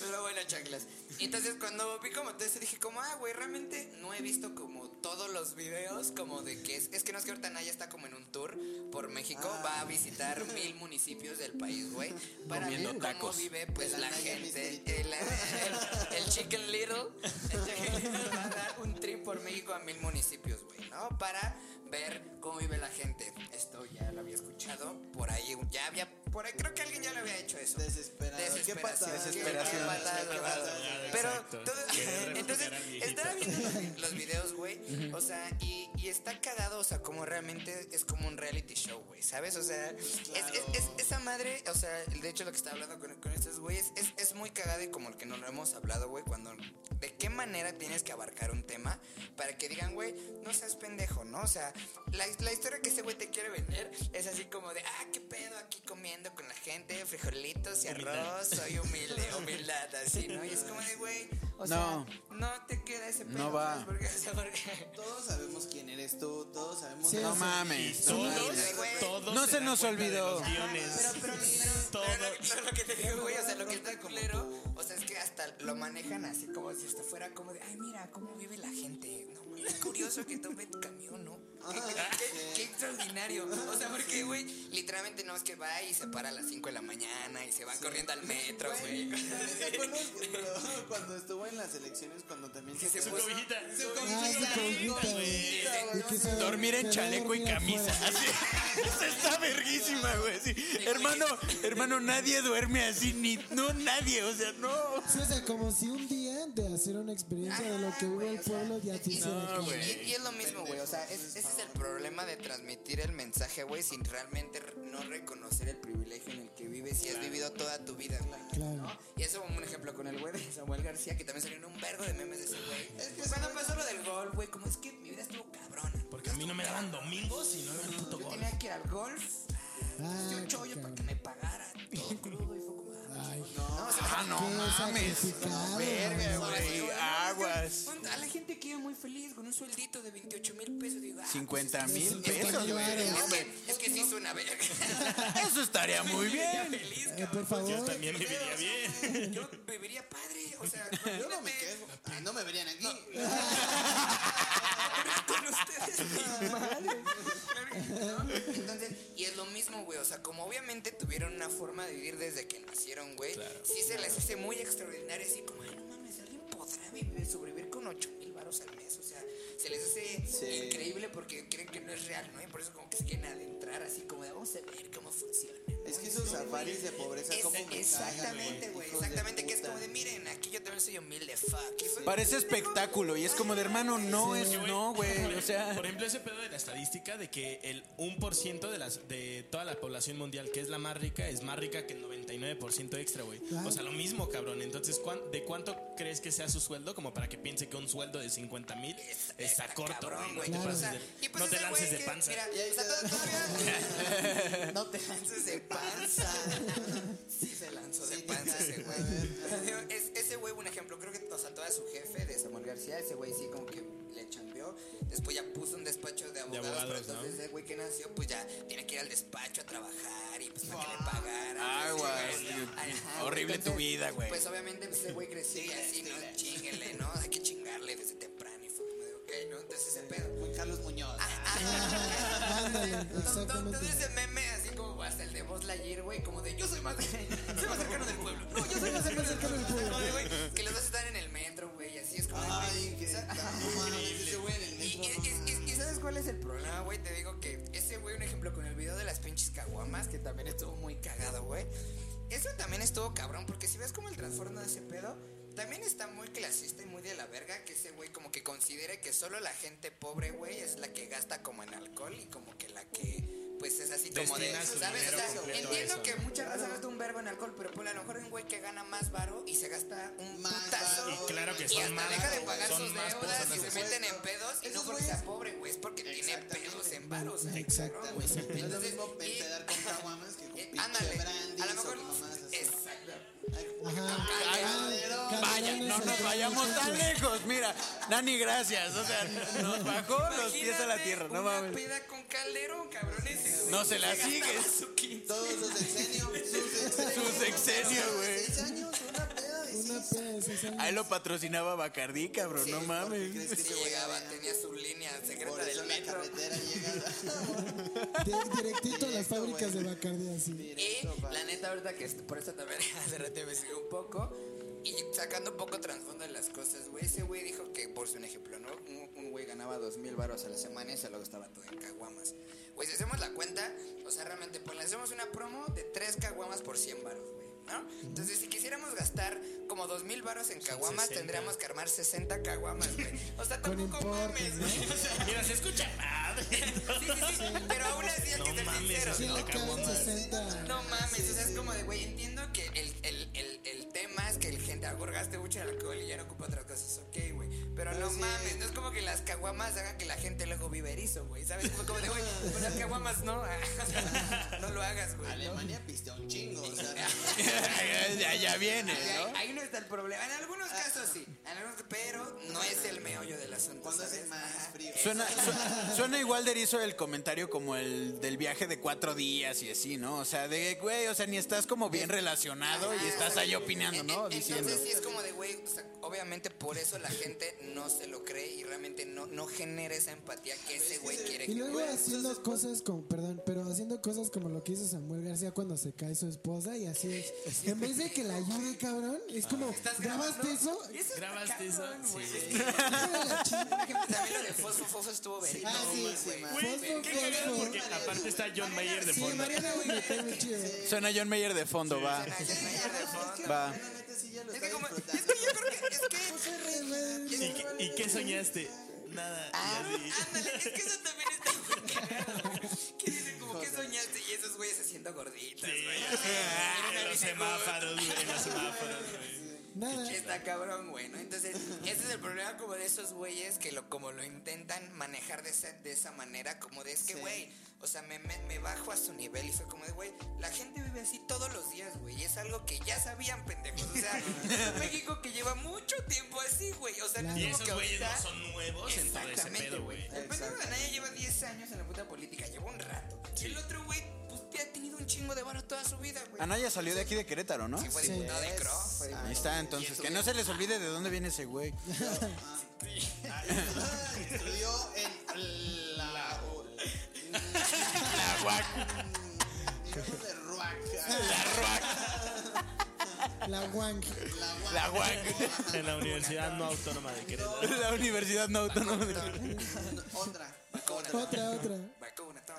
C: Pero bueno, chaclas. Y entonces cuando vi como todo eso dije como, ah, güey, realmente no he visto como todos los videos como de que es... Es que no es que ahorita Naya está como en un tour por México, va a visitar mil municipios del país, güey. Para ver
A: Comiendo
C: cómo
A: tacos.
C: vive pues
E: El
C: la
E: Anaya
C: gente.
E: Misterito.
C: El, el- el Chicken Little. El Chicken Little va a dar un trip por México a mil municipios, güey, ¿no? Para ver cómo vive la gente. Esto ya lo había escuchado por ahí, ya había... Por ahí, creo que alguien ya lo había hecho eso.
E: Desesperado. ¿Qué pasa?
A: Desesperación.
C: Qué patada,
E: ¿Qué patada?
C: güey. Pero
D: Exacto.
C: todo-
D: Querer
C: entonces
D: recuperar al viejito.
C: estaba viendo los- los videos, güey. O sea, y, y está cagado, o sea, como realmente es como un reality show, güey, ¿sabes? O sea, es- es- es- esa madre, o sea, de hecho lo que estaba hablando con, con estos güeyes es, es muy cagado y como el que no lo hemos hablado, güey, cuando de qué manera tienes que abarcar un tema para que digan, güey, no seas pendejo, ¿no? O sea, la, la historia que ese güey te quiere vender es así como de, ah, qué pedo aquí comiendo con la gente, frijolitos y arroz, soy humilde, humildad, así, ¿no? Y es como de, güey,
A: No.
C: o sea, no te queda ese pedo.
A: No va.
C: ¿sabes? Porque, o sea, porque-
E: Todos sabemos quién eres tú, todos sabemos.
B: Sí,
A: No
B: sí.
A: mames. no
D: Todos,
A: mames.
C: güey.
D: todos
A: No se
D: dan
A: nos
D: cuenta de
A: olvidó.
D: los guiones. Todo.
C: Pero lo, pero lo que te digo, güey, o sea, lo que está culero, o sea, es que hasta lo manejan así como si esto fuera como de, ay, mira, cómo vive la gente. No, güey, es curioso que tome tu camión, ¿no? Qué, qué- qué extraordinario. O sea, porque, güey, literalmente no es que va y se para a las 5 de la mañana y se va corriendo al metro, güey.
E: ¿Te acuerdas cuando- cuando estuvo en las elecciones, cuando también
C: Que se
D: Su
C: puso-
D: cobijita. Su
B: Ah, esa cobijita, güey. Y que se-
A: Dormir en
B: se
A: chaleco y
B: dormía
A: camisa.
B: afuera.
A: Así. Esa está verguísima, güey. sí. Hermano, hermano, nadie duerme así, ni no nadie, o sea, no.
B: Sí, o sea, como si un día de hacer una experiencia de
C: Ah,
B: lo que hubo el pueblo ya te
C: Y,
B: hicieron.
A: No, güey.
C: y- y es lo mismo, güey. O sea, es- ese es el problema de transmitir el mensaje, güey, sin realmente re- no reconocer el privilegio en el que vives y has vivido toda tu vida, güey.
B: Claro.
C: ¿no? Y eso como un ejemplo con el güey de Samuel García, que también salió en un vergo de memes de ese güey. Cuando pasó lo del gol, güey, como es que mi vida estuvo cabrona.
D: Porque a mí no me daban domingos y no era el puto
C: Yo
D: gol.
C: tenía que ir al golf,
B: Ah,
C: yo un
B: qué
C: chollo para que
B: cabrón.
C: me pagara todo crudo y fue como... ah,
B: Ay,
A: Ah, no
B: Qué
A: mames.
B: sacrificado,
A: Verga,
B: güey.
A: güey. Aguas.
C: A la gente que iba muy feliz con un sueldito de 28 mil pesos, digo, ah,
A: 50 mil
B: Eso está
A: pesos, güey.
B: claro. Ah,
A: No,
C: Es
A: hombre,
C: que, es que sí suena verga.
A: Eso estaría muy bien.
C: Feliz,
B: eh, por
D: Yo
B: favor.
D: también viviría bien.
C: cabrón. Yo viviría padre. O sea,
E: Yo no me
C: imagínate
E: quejo. Ah, No me verían aquí.
C: con ustedes. ¿no? Entonces, y es lo mismo, güey. O sea, como obviamente tuvieron una forma de vivir desde que nacieron, güey. sí se les hace muy extraordinario. Así como, ay, no mames, alguien podrá vivir, sobrevivir con 8 mil baros al mes. O sea, se les hace increíble porque creen que no es real, ¿no? Y por eso, como que se quieren adentrar, así como, de, vamos a ver cómo funciona. ¿no?
E: Es que esos safaris de pobreza,
C: Es-
E: como me
C: exactamente,
E: cagan,
C: güey.
E: hijos de
C: Exactamente, que es
E: puta.
C: como de miren, aquí yo también soy humilde, fuck. Y soy-
A: Parece espectáculo y es como de hermano, no es no, güey. O sea,
D: Por ejemplo, ese pedo de la estadística de que el 1% de, las, de toda la población mundial, que es la más rica, es más rica que el 99% extra, güey. O sea, lo mismo, cabrón. Entonces, ¿cuán- ¿de cuánto crees que sea su sueldo? Como para que piense que un sueldo de 50 mil
C: Es-
D: está corto,
C: Este cabrón,
D: güey. No te
C: Claro.
D: pases
C: O sea,
D: de-
C: y pues
D: No te
C: ese
D: lances
C: güey
D: de
C: que,
D: panza.
C: Mira, o sea, to- todavía. no te lances de panza. sí, se lanzó de panza ese güey. Digo, es- ese güey, un ejemplo, creo que o sea, todavía su jefe de Samuel García. Ese güey sí, como que le chambeó. Después ya puso un despacho de abogados. pero
D: abogados, ¿no?
C: entonces ese güey que nació, pues ya tiene que ir al despacho a trabajar y pues para que le pagaran.
A: Aguas.
C: Ajá, güey,
A: Horrible tu
C: entonces,
A: vida, güey.
C: Pues obviamente pues, ese güey creció y así, ¿no? Chinguele, ¿no? Hay que chingarle desde temprano. Y fue como de, ok, ¿no? Entonces ese pedo.
E: Muy Carlos Muñoz.
B: Ándale,
C: Entonces
B: exactamente.
C: ese meme así como hasta el de Buzz Lightyear, güey, como de yo soy más, soy más cercano del pueblo. No, yo soy más cercano del pueblo. Como de, güey, que los dos están en el metro, güey, y así es como de, güey,
E: Ay, qué
C: sa-
E: increíble. güey en el
C: y,
E: metro,
C: y- y- y- y ¿sabes cuál es el problema, güey? Te digo que ese güey, un ejemplo con el video de las pinches caguamas, que también estuvo muy cagado, güey. Eso también estuvo cabrón, porque si ves como el trastorno de ese pedo, también está muy clasista y muy de la verga que ese güey como que considere que solo la gente pobre, güey, es la que gasta como en alcohol y como que la que... Pues es así como de.
D: Destina su
C: ¿Sabes? O sea,
D: dinero completo a
C: entiendo
D: eso,
C: que
D: ¿no?
C: muchas veces gasta un verbo en alcohol, pero pues a lo mejor hay un güey que gana más varo y se gasta un
E: Más
C: putazo.
E: varo,
D: Y claro que
C: y
D: son
C: hasta
D: más-
C: deja de pagar
D: son
C: sus
D: más
C: deudas y
D: personas
C: se
D: así.
C: meten en pedos y no
E: Esos
C: porque sea
E: güeyes-
C: pobre, güey, es porque tiene
E: Exactamente.
C: pedos en varos.
B: Exactamente.
E: No es lo
C: Entonces,
E: mismo
C: y-
E: pedar con caguamas que con
C: Eh,
E: pinche
C: Ándale,
E: brandy.
C: a lo mejor.
E: Exacto.
C: Exacto.
B: Ajá.
A: Ay,
B: Ah,
A: Vaya,
B: Calderones,
A: no nos
B: Calderones,
A: vayamos tan
B: Calderones.
A: lejos. Mira, Nani, gracias. O sea, nos bajó los pies a la
C: Imagínate
A: tierra. No
C: una
A: mames.
C: peda con calderón, cabrones.
A: No se la sigues.
E: Todos los sexenios.
A: Su
E: Sus
A: sexenio, güey.
E: Seis años, una peda de
B: Una
E: seis
B: peda de seis años.
A: Ahí lo patrocinaba Bacardí, cabrón. No mames.
E: crees que
C: Sí,
E: se
C: llegaba,
E: llegaba.
C: tenía su línea
E: Por
C: secreta
E: eso
C: del
E: en la
C: metro.
E: carretera llegaba.
B: Di- Directito a las
E: Directo,
B: fábricas de
E: güey.
B: Bacardi así.
C: Y
E: Directo,
C: la
E: va.
C: neta, ahorita que est- por eso también hace rato investigué un poco. Y sacando un poco trasfondo de las cosas, güey. Ese güey dijo que, por su ejemplo, ¿no? Un- Un güey ganaba dos mil baros a la semana y se lo gastaba todo en caguamas. Güey, si hacemos la cuenta, o sea, realmente, pues le hacemos una promo de tres caguamas por 100 baros, güey. ¿No? Entonces, si quisiéramos gastar como dos mil baros en caguamas,
D: 60.
C: tendríamos que armar 60 caguamas, güey. O sea,
B: Con
C: tampoco
B: importes,
C: mames,
B: ¿no?
C: güey.
D: Mira, se escucha madre.
C: Sí, sí, sí. Pero aún así hay
D: No
C: que ser
D: mames,
C: sinceros.
B: Sí,
D: la
B: le caben
D: caguama.
B: 60.
C: No mames, o sea, es como de, güey, entiendo que el, el, el, el tema es que el gente agorgaste mucho el alcohol y ya no ocupa otras cosas, ok, güey. Pero no
E: Pues
C: mames, no es como que las caguamas hagan que la gente luego viva erizo, güey, ¿sabes? Fue como de, güey, pues las caguamas no, no lo hagas, güey. ¿no?
E: Alemania pistea un chingo. O sea,
A: Ya, ya viene,
C: Ahí,
A: ¿no?
C: ahí no está el problema, en algunos
E: Ah.
C: casos sí, en algunos, pero no es el meollo del asunto.
E: cuando hace
C: ¿sabes?
E: más
C: Ajá.
E: frío.
A: Suena, su- suena igual de erizo el comentario como el del viaje de cuatro días y así, ¿no? O sea, de güey, o sea, ni estás como bien relacionado y
C: Ah,
A: estás ahí opinando,
C: en-
A: ¿no?
C: en-
A: Diciendo.
C: Entonces sí es como de, güey, o sea, obviamente por eso la gente no se lo cree y realmente no, no genera esa empatía que ese güey quiere.
B: Y
C: que-
B: luego
C: güey,
B: haciendo cosas como, perdón, pero haciendo cosas como lo que hizo Samuel García cuando se cae su esposa y así, en vez de que la ayude, cabrón, es como,
C: ¿estás
B: ¿grabaste eso?
C: grabando? Eso está
D: ¿Grabaste eso?
C: cabrón, güey. También lo de Fosfo Fosfo estuvo verito.
B: Ah, sí,
C: güey.
B: sí,
D: Güey,
B: Fosfo,
D: qué cagado,
B: fosfo.
D: porque aparte está John Mayer de
B: Sí,
D: fondo.
B: Mariana, güey, está muy chido.
A: Suena John Mayer de fondo, va.
C: Ay, ya, ya, de fondo.
A: Va.
E: La neta sí ya lo
C: Es que
E: está
C: como- es
E: disfrutando.
C: que yo creo que es que
D: ¿Y, qué- y qué soñaste? Nada. y así.
C: ah, ándale, es que eso también está muy cagado. Que dicen como que soñaste y esos güeyes haciendo gorditas,
D: Sí.
C: güey.
D: En los semáforos, güey. En los semáforos, güey.
B: Nada.
C: Está cabrón, güey, ¿no? Entonces, ese es el problema como de esos güeyes que lo, como lo intentan manejar de esa, de esa manera, como de es que,
E: Sí.
C: güey, o sea, me, me- me bajo a su nivel y fue como de, güey, la gente vive así todos los días, güey, y es algo que ya sabían, pendejos. O sea, es un México que lleva mucho tiempo así, güey, o sea, no
D: Y
C: es como
D: esos
C: que
D: güeyes
C: ahorita...
D: no son nuevos en todo ese
C: Exactamente,
D: pedo,
C: güey.
D: güey.
C: El pendejo de Anaya lleva 10 años en la puta política, lleva un rato. Y el otro, güey, pues te ha tenido un chingo de varo toda su vida, güey.
A: Anaya salió de aquí de Querétaro, ¿no?
C: Sí, fue
B: Sí.
C: diputado de Cro, fue
A: Ahí está, entonces, que no se les olvide de dónde viene ese güey.
E: Ah, Estudió en la.
A: La guac,
E: Digamos de Ruac.
A: la ruac,
B: La Wang.
E: La Guac.
A: la guac.
D: En la Universidad No Autónoma de Querétaro.
A: La Universidad No Autónoma de
E: Otra.
B: Otra, otra.
C: Vacuna, todo.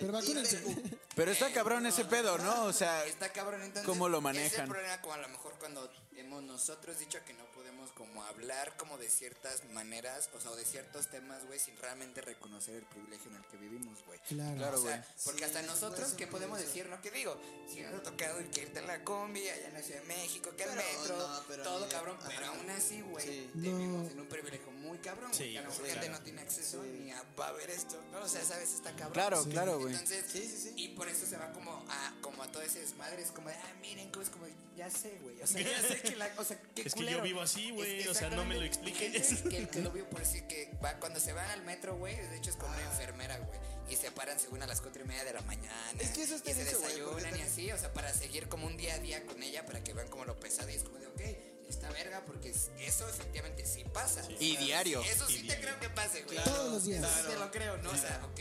B: Pero vacúnense.
E: IPU.
A: Pero está cabrón ese pedo, ¿no? O sea,
C: Está cabrón, entonces.
A: ¿Cómo lo
C: Es el
A: manejan?
C: problema, como a lo mejor cuando hemos nosotros dicho que no podemos como hablar como de ciertas maneras, o sea, o de ciertos temas, güey, sin realmente reconocer el privilegio en el que vivimos, güey.
B: Claro.
A: Claro,
C: O sea,
A: güey.
C: porque
E: Sí,
C: hasta
E: sí, puede
C: nosotros,
E: ser
C: ¿qué
E: muy
C: podemos
E: denso.
C: decir? ¿No? ¿Qué digo? Si nos ha tocado que irte en la combi, allá en la Ciudad de México, que al
E: Pero
C: metro,
E: no, pero
C: todo
E: ni-
C: cabrón,
E: ajá.
C: pero aún así, güey,
E: Sí.
C: vivimos
B: No.
C: en un privilegio muy cabrón, güey,
D: Sí,
C: que a lo mejor
D: claro.
C: gente no tiene acceso ni a, va a ver esto, ¿no? O sea, ¿sabes? Está cabrón.
A: Claro, claro, güey.
C: Entonces,
E: Sí, sí, sí.
C: y por eso se va como a, como a todo ese desmadre, es como de, ah, miren, como es como, de, ya sé, güey, o sea, ya sé que la, o sea, qué
D: Es que
C: culero.
D: yo vivo así, güey,
C: Es-
D: o sea, no me lo
C: exactamente.
D: expliques. Ah.
C: Gente Que el que lo vio por decir que va, cuando se van al metro, güey, de hecho es con una enfermera, güey, y se paran según a las cuatro y media de la mañana.
E: Es que eso está
C: y se
E: bien, güey, porque
C: desayunan y
E: también-
C: así, o sea, para seguir como un día a día con ella, para que vean como lo pesado y es como de, ok, esta verga, porque es- eso efectivamente sí pasa.
A: Y diario.
C: Eso
D: Y
C: sí te
D: diario.
C: creo que pase, güey.
B: Todos los días.
C: Eso sí te lo creo, ¿no? O sea, ok,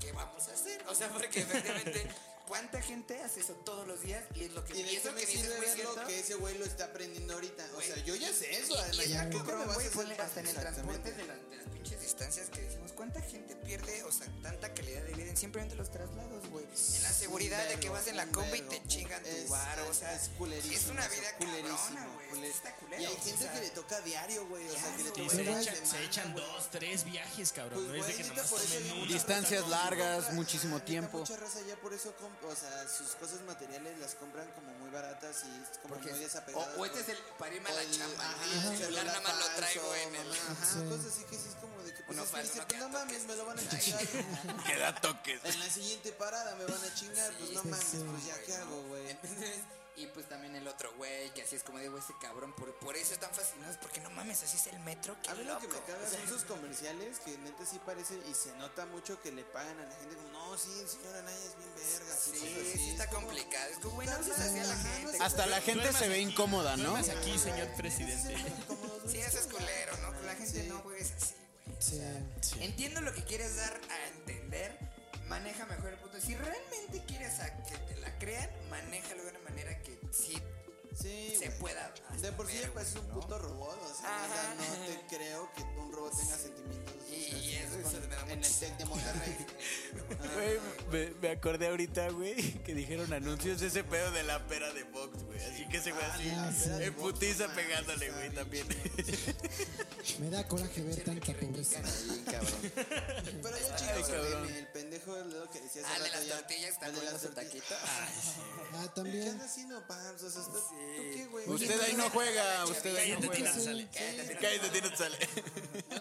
C: ¿qué vamos a hacer? O sea, porque efectivamente, ¿cuánta gente hace eso todos los días? Y es lo que
E: Y de
C: y
E: eso
C: eso
E: me
C: que dices,
E: sirve
C: güey,
E: ver lo
C: ¿cierto?
E: que ese güey lo está aprendiendo ahorita. O sea, yo ya sé eso.
C: Y-
E: además,
C: y
E: ya
C: está
E: cómo me
C: cabrón,
E: vas a
C: güey,
E: hacer
C: ponle hasta en el transporte
E: Exactamente.
C: de, la- de las pinches distancias que decimos, ¿cuánta gente pierde, o sea, tanta calidad de vida en simplemente los traslados, güey? En
E: Pues,
C: la seguridad de que
E: vergo,
C: vas en la
E: un
C: combi y
E: vergo,
C: te
E: un-
C: chingan tu
E: es-
C: bar, o sea,
E: es culerísimo
C: Es una
E: eso,
C: vida cabrona,
E: culerísimo,
C: güey,
E: culer-
C: está culero,
E: Y hay
C: o
E: gente
C: sea.
E: que le toca diario, güey. O sea, que le
C: Claro,
D: Y
E: toca
D: se,
E: una
D: echan,
E: semana,
D: se echan
E: güey.
D: dos, tres viajes, cabrón.
E: Pues,
D: no es de
E: güey,
D: que
E: neta,
D: nada más
E: por eso
D: tomen
E: hay
D: uno.
E: mucha
A: Distancias
E: raza que
A: largas,
E: compra-
A: muchísimo
E: neta,
A: tiempo.
E: Mucha raza ya por eso, comp- o sea, sus cosas materiales las compran como muy baratas y es como
C: Porque
E: muy
C: es-
E: desapegadas.
C: o, o este es el para irme a la
E: el-
C: chamba,
E: ajá,
C: ¿no? el celular nada más lo
E: falso,
C: traigo en el.
E: mamá, Ajá,
B: Sí.
E: cosas así que sí es como de que pues
C: Uno
E: es que
C: falso,
E: dice,
C: uno
E: pues,
C: que
E: no
C: da
E: mames, me lo van a
C: toques.
E: chingar.
A: Que da toques.
E: En la siguiente parada me van a chingar, pues no
C: Sí,
E: mames,
B: sí.
E: pues ya qué hago, güey.
C: Entonces, y pues también el otro güey, que así es como digo, ese cabrón, por, por eso están fascinados, porque no mames, así es el metro. qué
E: A mí lo que me
C: loco.
E: caga
C: O sea,
E: son sus comerciales que neta sí parecen y se nota mucho que le pagan a la gente como, no, sí, el señor Anaya es bien verga.
C: Sí,
E: cosas así.
C: sí está
E: Es como-
C: complicado. Es como, güey, no haces así a la
E: Ajá,
C: gente.
E: no
A: Hasta la gente
D: Duermas
A: se ve
D: aquí,
A: incómoda, ¿no?
D: duermas aquí, señor presidente.
C: Sí, eso es culero, ¿no? Con la gente no juegues así, güey.
B: Sí.
C: Entiendo lo que quieres dar a entender. Maneja mejor el punto. Si realmente quieres a que te la crean, manéjalo de una manera que sí
E: Sí,
C: se
E: güey.
C: pueda.
E: De por sí
C: ver,
E: ya pareces
C: güey,
E: un
C: ¿no?
E: puto robot, o sea,
C: Ajá.
E: neta, no te creo que un robot tenga sentimientos. o
C: Y,
E: sea,
C: y
E: sí,
C: eso,
E: con-
C: eso me da
E: En el
C: muchísimo-
E: Tec de Monterrey.
A: Güey, me, me acordé ahorita, güey, que dijeron anuncios de ese pedo de la pera de Vox, güey. Así que se fue así,
B: la pera de
A: en
E: Vox,
A: putiza
E: no mames,
A: pegándole,
E: está
A: güey,
E: bien
A: también.
B: Me da coraje ver tanta pobreza.
F: Ahí, cabrón.
E: Pero
A: Ay,
E: ya chicos,
A: cabrón.
E: el pendejo del dedo que decía hace
C: Ah, el de
E: rato
C: las
E: ya-
C: tortillas está
E: el de
C: comiendo
E: las
C: su
E: tortillas.
C: taquito.
B: Ah,
E: ¿Qué
B: también.
E: andas haciendo, Pabs? O sea, estás- ¿tú qué, güey?
A: Usted ahí no
C: Ah,
A: juega, usted ahí no
D: Cállate,
A: juega.
D: tira,
B: Sí.
D: sale.
A: Cállate, tira, sale.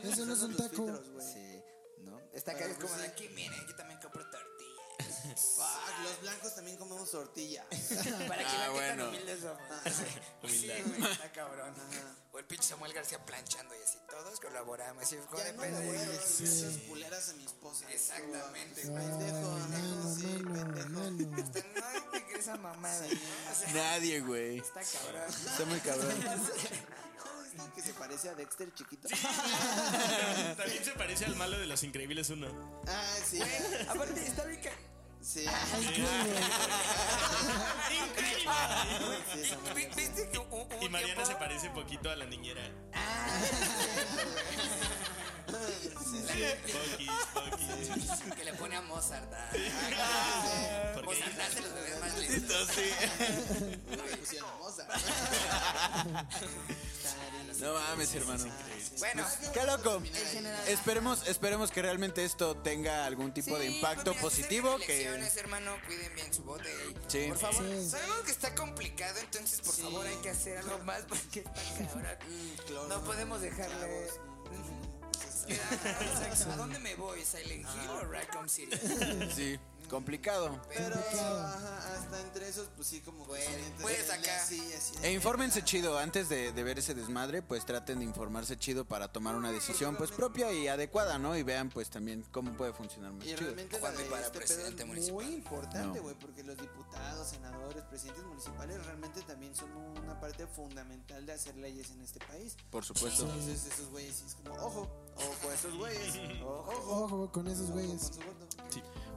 B: Eso no es un
E: Los
B: taco.
E: filtros, güey.
F: Sí, ¿no?
C: Esta
E: Pero
C: cara es
E: pues
C: como de
E: sí.
C: aquí, miren, yo también compro tortillas.
E: Fuck, los blancos también comemos tortilla.
C: Para que
A: Ah,
C: vean qué
A: bueno.
C: tan humildes somos.
D: Humildad.
C: Sí, güey, está cabrón. O el pinche Samuel García planchando y así, todos colaboramos. Así, como
E: Ya
C: de
E: no
C: pedo,
E: le voy a
C: güey.
E: dar esas culeras a mi esposa.
C: Exactamente,
E: Pendejo,
B: Ay,
E: pendejo, sí,
B: mano, mano,
E: pendejo.
B: mano.
C: este, No te crees esa mamada, ¿no? O sea,
A: Nadie, güey.
C: está cabrón.
A: Está muy cabrón.
E: ¿Sabes lo que se parece a Dexter chiquito?
D: También se parece al malo de los increíbles uno.
E: Ah, sí.
C: Güey, aparte, está bien ca-
E: Sí.
D: ¡Increíble!
E: Sí, esa
C: Vi-
E: madre.
C: ¿Viste que Ah, un, un
D: Y Mariana
C: tiempo-
D: se parece poquito a la niñera. Poquis, poquis.
C: Que le pone a Mozart. ah.
D: Porque
C: Mozart hace los bebés más lindos.
A: Entonces,
E: Le pusieron pues, hermosa.
A: no mames, hermano.
C: Bueno,
A: Pues, Qué loco.
C: en general.
A: Esperemos, esperemos que realmente esto tenga algún tipo de
C: Sí,
A: impacto
C: pues mira, se acercan
A: positivo. Que
C: elecciones, hermano, cuiden bien su bote.
A: Sí.
C: Por favor,
B: Sí.
C: sabemos que está complicado, entonces por favor hay que hacer algo más porque está cabrón.
A: Mm,
E: cloro,
C: no podemos dejarle.
E: clavos,
C: Exacto. ¿A dónde me voy? ¿Silent Hill o Raccoon City?
A: sí, complicado.
E: Pero
B: Complicado.
E: ajá, hasta entre esos, pues sí, como que sí, neta,
C: puedes
E: sí,
C: acá.
E: Sí, así.
A: E infórmense chido, antes de, de ver ese desmadre, pues traten de informarse chido para tomar una decisión pues propia y adecuada, ¿no? Y vean pues también cómo puede funcionar más
E: Y
A: Pues chido.
E: realmente la
C: Cuando
E: de
C: para
E: este
C: presidente
E: pedo es muy
C: municipal.
E: importante,
A: No.
E: güey, porque los diputados, senadores, presidentes municipales realmente también son una parte fundamental de hacer leyes en este país.
A: Por supuesto.
E: Entonces esos güeyes sí es como, ojo, ojo a esos güeyes, ojo, ojo,
B: Ojo con esos
E: con
B: güeyes.
E: su voto.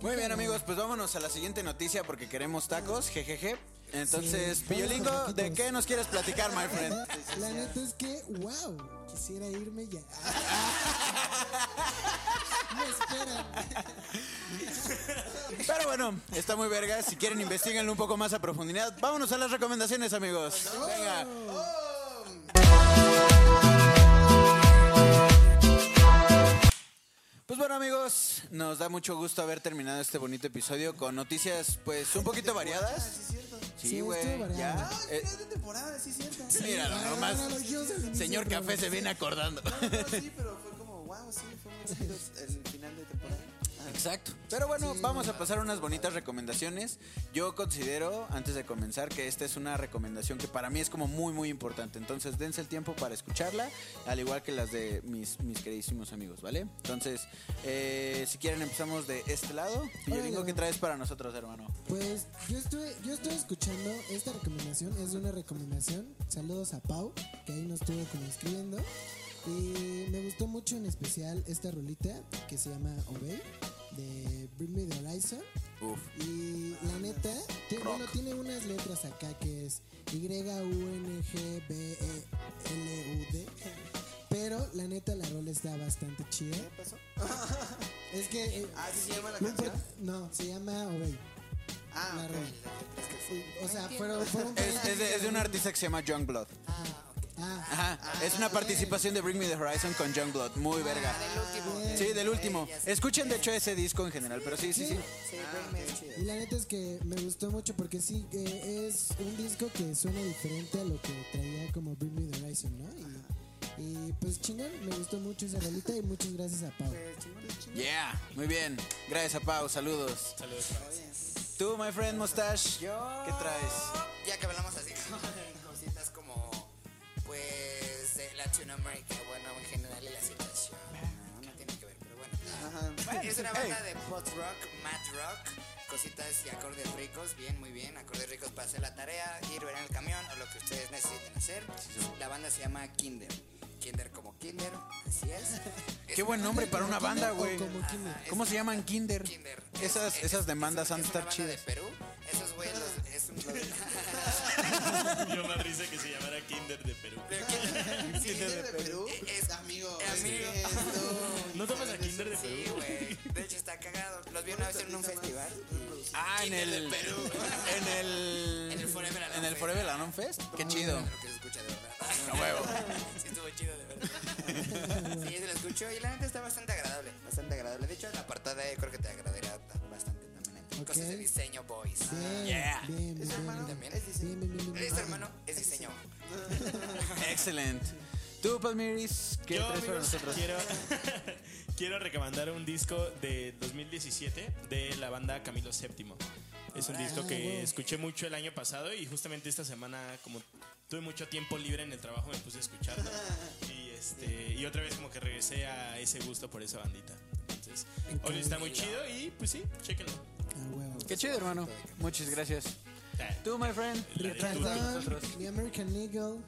A: Muy bien amigos, pues vámonos a la siguiente noticia porque queremos tacos, jejeje. Entonces,
B: Sí.
A: Pillolingo, ¿de qué nos quieres platicar, my friend?
B: La neta es que, wow, quisiera irme ya. Me esperan.
A: Pero bueno, está muy verga. Si quieren, investiguenlo un poco más a profundidad. Vámonos a las recomendaciones, amigos. Venga. Pues bueno amigos, nos da mucho gusto haber terminado este bonito episodio con noticias pues un poquito
E: Ah,
A: variadas.
E: sí, es cierto.
A: Sí,
B: Sí,
A: güey,
B: estuvo
A: ya.
B: variado.
E: Ah,
A: Eh,
E: final de temporada, sí, es cierto.
A: míralo nomás.
B: Ah, yo desde el inicio
A: Señor
B: del
A: Café se
B: programa.
A: viene acordando.
E: No, no, sí, pero fue como, wow, sí, fue muy rápido el final de temporada. Ah,
A: Exacto. Pero bueno, vamos a pasar unas bonitas recomendaciones. Yo considero, antes de comenzar, que esta es una recomendación que para mí es como muy, muy importante. Entonces, dense el tiempo para escucharla, al igual que las de mis, mis queridísimos amigos, ¿vale? Entonces, eh, si quieren, empezamos de este lado. Y yo
B: Órale.
A: digo, ¿qué traes para nosotros, hermano?
B: Pues yo estuve, yo estuve escuchando esta recomendación, es una recomendación. Saludos a Pau, que ahí nos estuvo como escribiendo. Y me gustó mucho en especial esta rolita que se llama Obey de Bring Me the Horizon.
A: Uf.
B: Y la neta, ti- bueno, tiene unas letras acá que es Y-U-N-G-B-E-L-U-D. Pero la neta, la rola está bastante chida. ¿Qué pasó? es que. eh,
E: Ah, ¿sí se llama la
B: no importa-
E: canción?
B: no, se llama Obey.
E: Ah,
B: La
E: ok.
B: rola. O sea, fueron. fueron
A: Es, es de, es de un artista que se llama John Blood.
B: Ah,
A: Ajá. Es una participación de Bring Me the Horizon con John Blood. Muy verga.
C: último.
A: Sí, del último. Escuchen, de hecho, ese disco en general, pero sí, sí, sí.
C: Sí, Britney es chida.
B: y la neta es que me gustó mucho porque sí, que es un disco que suena diferente a lo que traía como Bring Me the Horizon, ¿no? Y, y, pues chingón, me gustó mucho esa rolita y muchas gracias a Pau.
A: Yeah, muy bien. Gracias a Pau, saludos.
D: Saludos.
A: Tú, my friend Mustache, ¿qué traes?
C: Ya que hablamos así cositas como pues de Latinoamérica, bueno, en general y la situación. No, no tiene que ver, pero bueno. Bueno, Es una banda de post rock, mad rock, cositas y acordes ricos, bien, muy bien, acordes ricos para hacer la tarea, ir ver en el camión o lo que ustedes necesiten hacer. La banda se llama Kinder. Kinder como Kinder, así es. Es
A: Qué buen
C: una
A: nombre
C: banda-
A: para una banda, güey.
B: como Kinder.
A: ¿Cómo se llaman Kinder?
C: Kinder.
A: Esas,
C: Es-
A: esas
C: es-
A: demandas
C: es
A: han
C: una
A: de estar
C: banda
A: chidas.
C: de Perú, esos güeyes los- es un...
D: Yo me risa que se llamara Kinder de Perú.
C: Pero Kinder- sí,
E: ¿Kinder de Perú?
C: Es-
E: amigo.
C: amigo.
E: es que esto-
D: ¿No tomas a Kinder de
C: Sí,
D: Perú?
C: güey. De hecho, está cagado. Los vi una vez en un festival.
A: Ah, en el.
C: de Perú.
A: En el.
C: En el Forever Alone
A: En el
C: Fest.
A: Forever Alone Fest. Qué chido.
C: Lo que se escucha de verdad. Sí, estuvo chido, de verdad. Sí, se lo escucho y la neta está bastante agradable. Bastante agradable. De hecho, la portada yo creo que te agradará bastante también.
B: Ok.
C: Cosas de diseño, boys.
B: Bien,
A: Yeah.
B: bien, bien,
E: ¿Es hermano?
B: bien,
C: También.
E: Es diseño.
B: bien, bien, bien, bien.
C: ¿Eres hermano? Es diseño.
A: Excelente. Tú, Palmiris, ¿qué
D: Yo,
A: traes para
D: amigos,
A: nosotros?
D: quiero, quiero recomendar un disco de 2017 de la banda Camilo VII. Es un
A: Ah,
D: disco que escuché mucho el año pasado y justamente esta semana, como tuve mucho tiempo libre en el trabajo, me puse a escucharlo. Y, este, y otra vez como que regresé a ese gusto por esa bandita. Entonces, hoy está muy chido y pues sí, chéquenlo.
B: Ah, huevo.
A: Qué chido, hermano. Muchas gracias. Tú, my friend.
D: La de
A: ¿qué traes para
B: Perdón,
A: nosotros?
B: The American Eagle.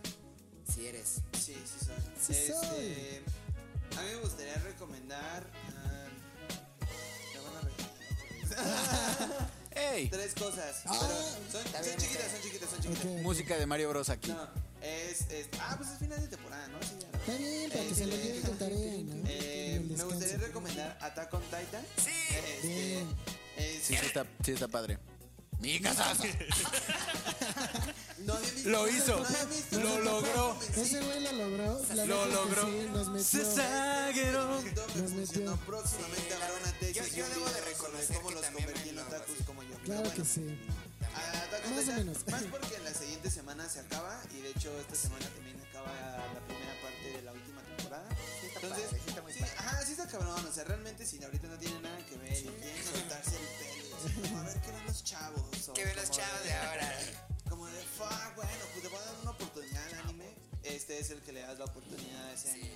C: Si eres.
E: Sí, sí soy.
B: Sí
E: Este, A mí me gustaría recomendar. ah, ¿la van a recomendar?
A: Hey,
E: Tres cosas.
B: Ah,
E: pero son,
C: está
E: son
C: bien,
E: chiquitas,
C: está
E: son chiquitas, son chiquitas.
B: Ok.
A: música de Mario Bros aquí.
E: No, es, es- Ah, pues es final de temporada, ¿no? Sí, ya. Este,
B: Está bien, para que se lo lleven con tarea, ¿no?
E: Eh,
B: En el
E: me gustaría
B: descanso.
E: recomendar Attack on Titan.
C: Sí.
E: Este,
B: Bien.
E: es-
A: Sí, sí está, sí está padre. Mi
E: no había visto-
A: Lo hizo.
E: no había visto-
A: Lo logró.
B: Ese güey lo logró.
A: Lo
B: la neta es que
A: logró.
B: sí, nos metió.
A: Sasageron.
E: Me
B: Nos
E: funcionó.
B: metió.
E: Próximamente habrá una tesis.
C: Yo- yo
E: y un
C: debo de
E: video sobre
C: reconocer
E: cómo
C: que
E: los
C: también
E: convertí en
C: me lo hago
E: otakus
C: así.
E: como yo. Pero
B: Claro que
E: bueno.
B: sí.
E: Ah, Attack on
B: Más o
E: Titan,
B: menos.
E: Más porque la siguiente semana se acaba y de hecho esta semana también acaba la primera parte de la última temporada. Entonces,
C: padre, sí está muy
E: sí,
C: padre.
E: ajá, sí está cabrón. O sea, realmente si ahorita no tiene nada que ver y quieren soltarse el pelo, y decir, como, a ver qué ven los chavos. O
C: Que ven los
E: como
C: chavos
E: de-
C: de ahora.
E: Como de fuck, bueno, pues te voy a dar una oportunidad al anime. Este es el que le das la oportunidad a ese anime.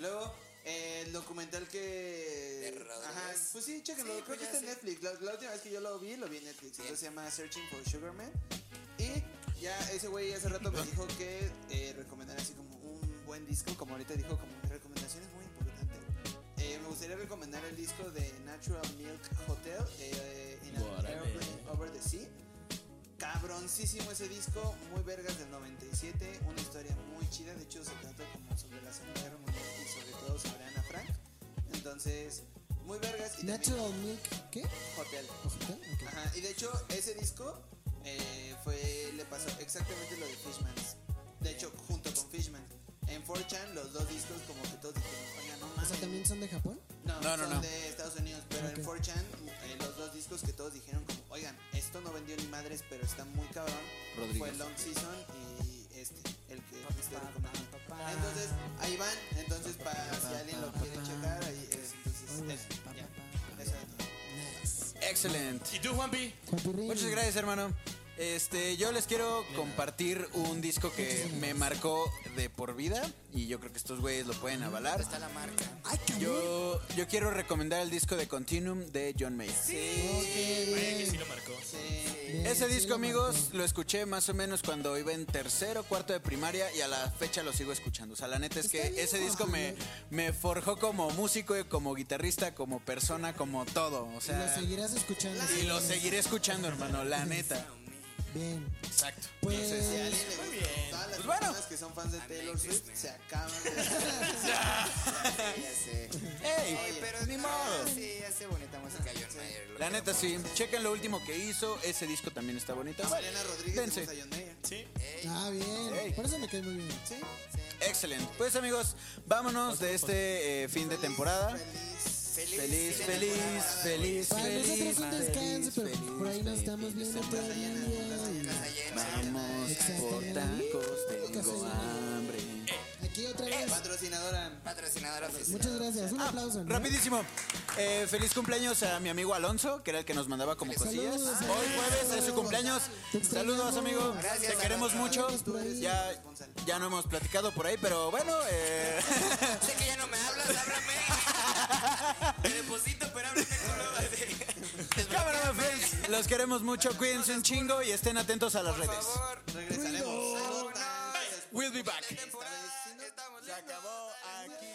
E: Luego, eh, el documental que.
C: De Rodríguez.
E: Ajá, pues sí, chéquenlo.
C: Sí,
E: Creo
C: pues
E: que
C: ya
E: está en
C: sé.
E: Netflix. La, la última vez que yo lo vi, lo vi en Netflix.
C: Bien.
E: Entonces se llama Searching for Sugar Man. Y ya ese güey hace rato me dijo que eh, recomendar así como un buen disco. Como ahorita dijo, como mi recomendación es muy importante. Eh, me gustaría recomendar el disco de Natural Milk Hotel eh, in an
D: Órale.
E: Airplane Over the Sea. Cabroncísimo ese disco, muy vergas del 97, una historia muy chida, de hecho se trata como sobre la Segunda Guerra Mundial y sobre todo sobre Ana Frank. Entonces, muy vergas y también
B: Natural Milk, ¿qué?
E: Hotel.
B: ¿Hospital? Ok.
E: Ajá, y de hecho ese disco eh, fue le pasó exactamente lo de Fishman's. De hecho, junto con Fishman. En 4chan los dos discos como que todos dijeron, oiga, no
B: O
E: mames.
B: sea, también son de Japón.
E: No,
A: No, no,
E: son
A: no.
E: de Estados Unidos, pero
B: Ok.
E: en 4chan eh, los dos discos que todos dijeron como, oigan, esto no vendió ni madres, pero está muy cabrón,
A: Rodríguez.
E: fue Long Season y este, el que estoy recomendando. Entonces, ahí van, entonces para si alguien lo quiere checar, ahí es, entonces, eso, ya, eso es todo.
A: Excelente.
D: ¿Y tú, Juanpi?
B: Guapirrín.
A: Muchas gracias, hermano. Este, yo les quiero compartir un disco que me marcó de por vida y yo creo que estos güeyes lo pueden avalar.
C: Está la marca.
A: Ah,
B: Ay, cabrón.
A: Yo, yo quiero recomendar el disco de Continuum de John Mayer. Eh,
D: Vaya que sí lo marcó.
E: Eh,
B: Bien,
A: Ese
B: sí,
A: disco,
B: lo
A: amigos, lo escuché más o menos cuando iba en tercero, cuarto de primaria y a la fecha lo sigo escuchando. O sea, la neta es
B: Está
A: que
B: bien,
A: ese disco me, me forjó como músico, y como guitarrista, como persona, como todo. O
B: marcó. Lo
A: sea,
B: seguirás escuchando.
A: y lo
B: señores.
A: seguiré escuchando, hermano, la neta.
B: Bien.
A: Exacto.
B: Pues,
A: Entonces,
E: Si a alguien le gusta, todas las
A: Pues bueno.
E: personas que son fans de Taylor Swift se acaban de...
C: Ya sé.
A: ¡Ey!
C: Ey, pero
A: ni modo.
C: Sí, hace bonita música John Mayer. lo
A: La
C: que-
A: neta sí, chequen lo último que hizo, ese disco también está bonito.
E: Mariana Rodríguez
A: Dense.
E: y John Mayer.
D: Sí.
B: ah, bien.
A: Ey.
B: Por eso me cae muy bien.
E: Sí.
A: Excelente. Pues amigos, vámonos de este eh, fin de temporada.
E: Feliz.
A: Feliz, feliz, feliz,
B: Para
A: feliz.
B: nosotros un descanso, pero por ahí nos estamos viendo todavía.
C: Casa llena.
A: Vamos por tacos, tengo hambre.
B: Aquí otra vez.
E: Patrocinadora.
C: Patrocinador oficial.
B: Muchas gracias.
A: Ah,
B: Un aplauso. ¿no?
A: Rapidísimo. Eh, feliz cumpleaños a mi amigo Alonso, que era el que nos mandaba como cosillas.
B: Saludos.
A: Hoy jueves es su cumpleaños.
B: Te extrañamos.
A: Saludos, amigo.
C: Gracias,
A: Te queremos mucho.
B: Saludos por ahí.
A: Ya, ya no hemos platicado por ahí, pero bueno. eh,
C: Sé que ya no me hablas, háblame. Te deposito, pero háblame con lo
A: Cámara, my friends. Los queremos mucho. Cuídense un chingo y estén atentos a las
C: Por
A: redes.
C: favor.
E: Regresaremos.
C: No.
A: We'll be back.
C: Temporada. Estamos
A: Se acabó aquí.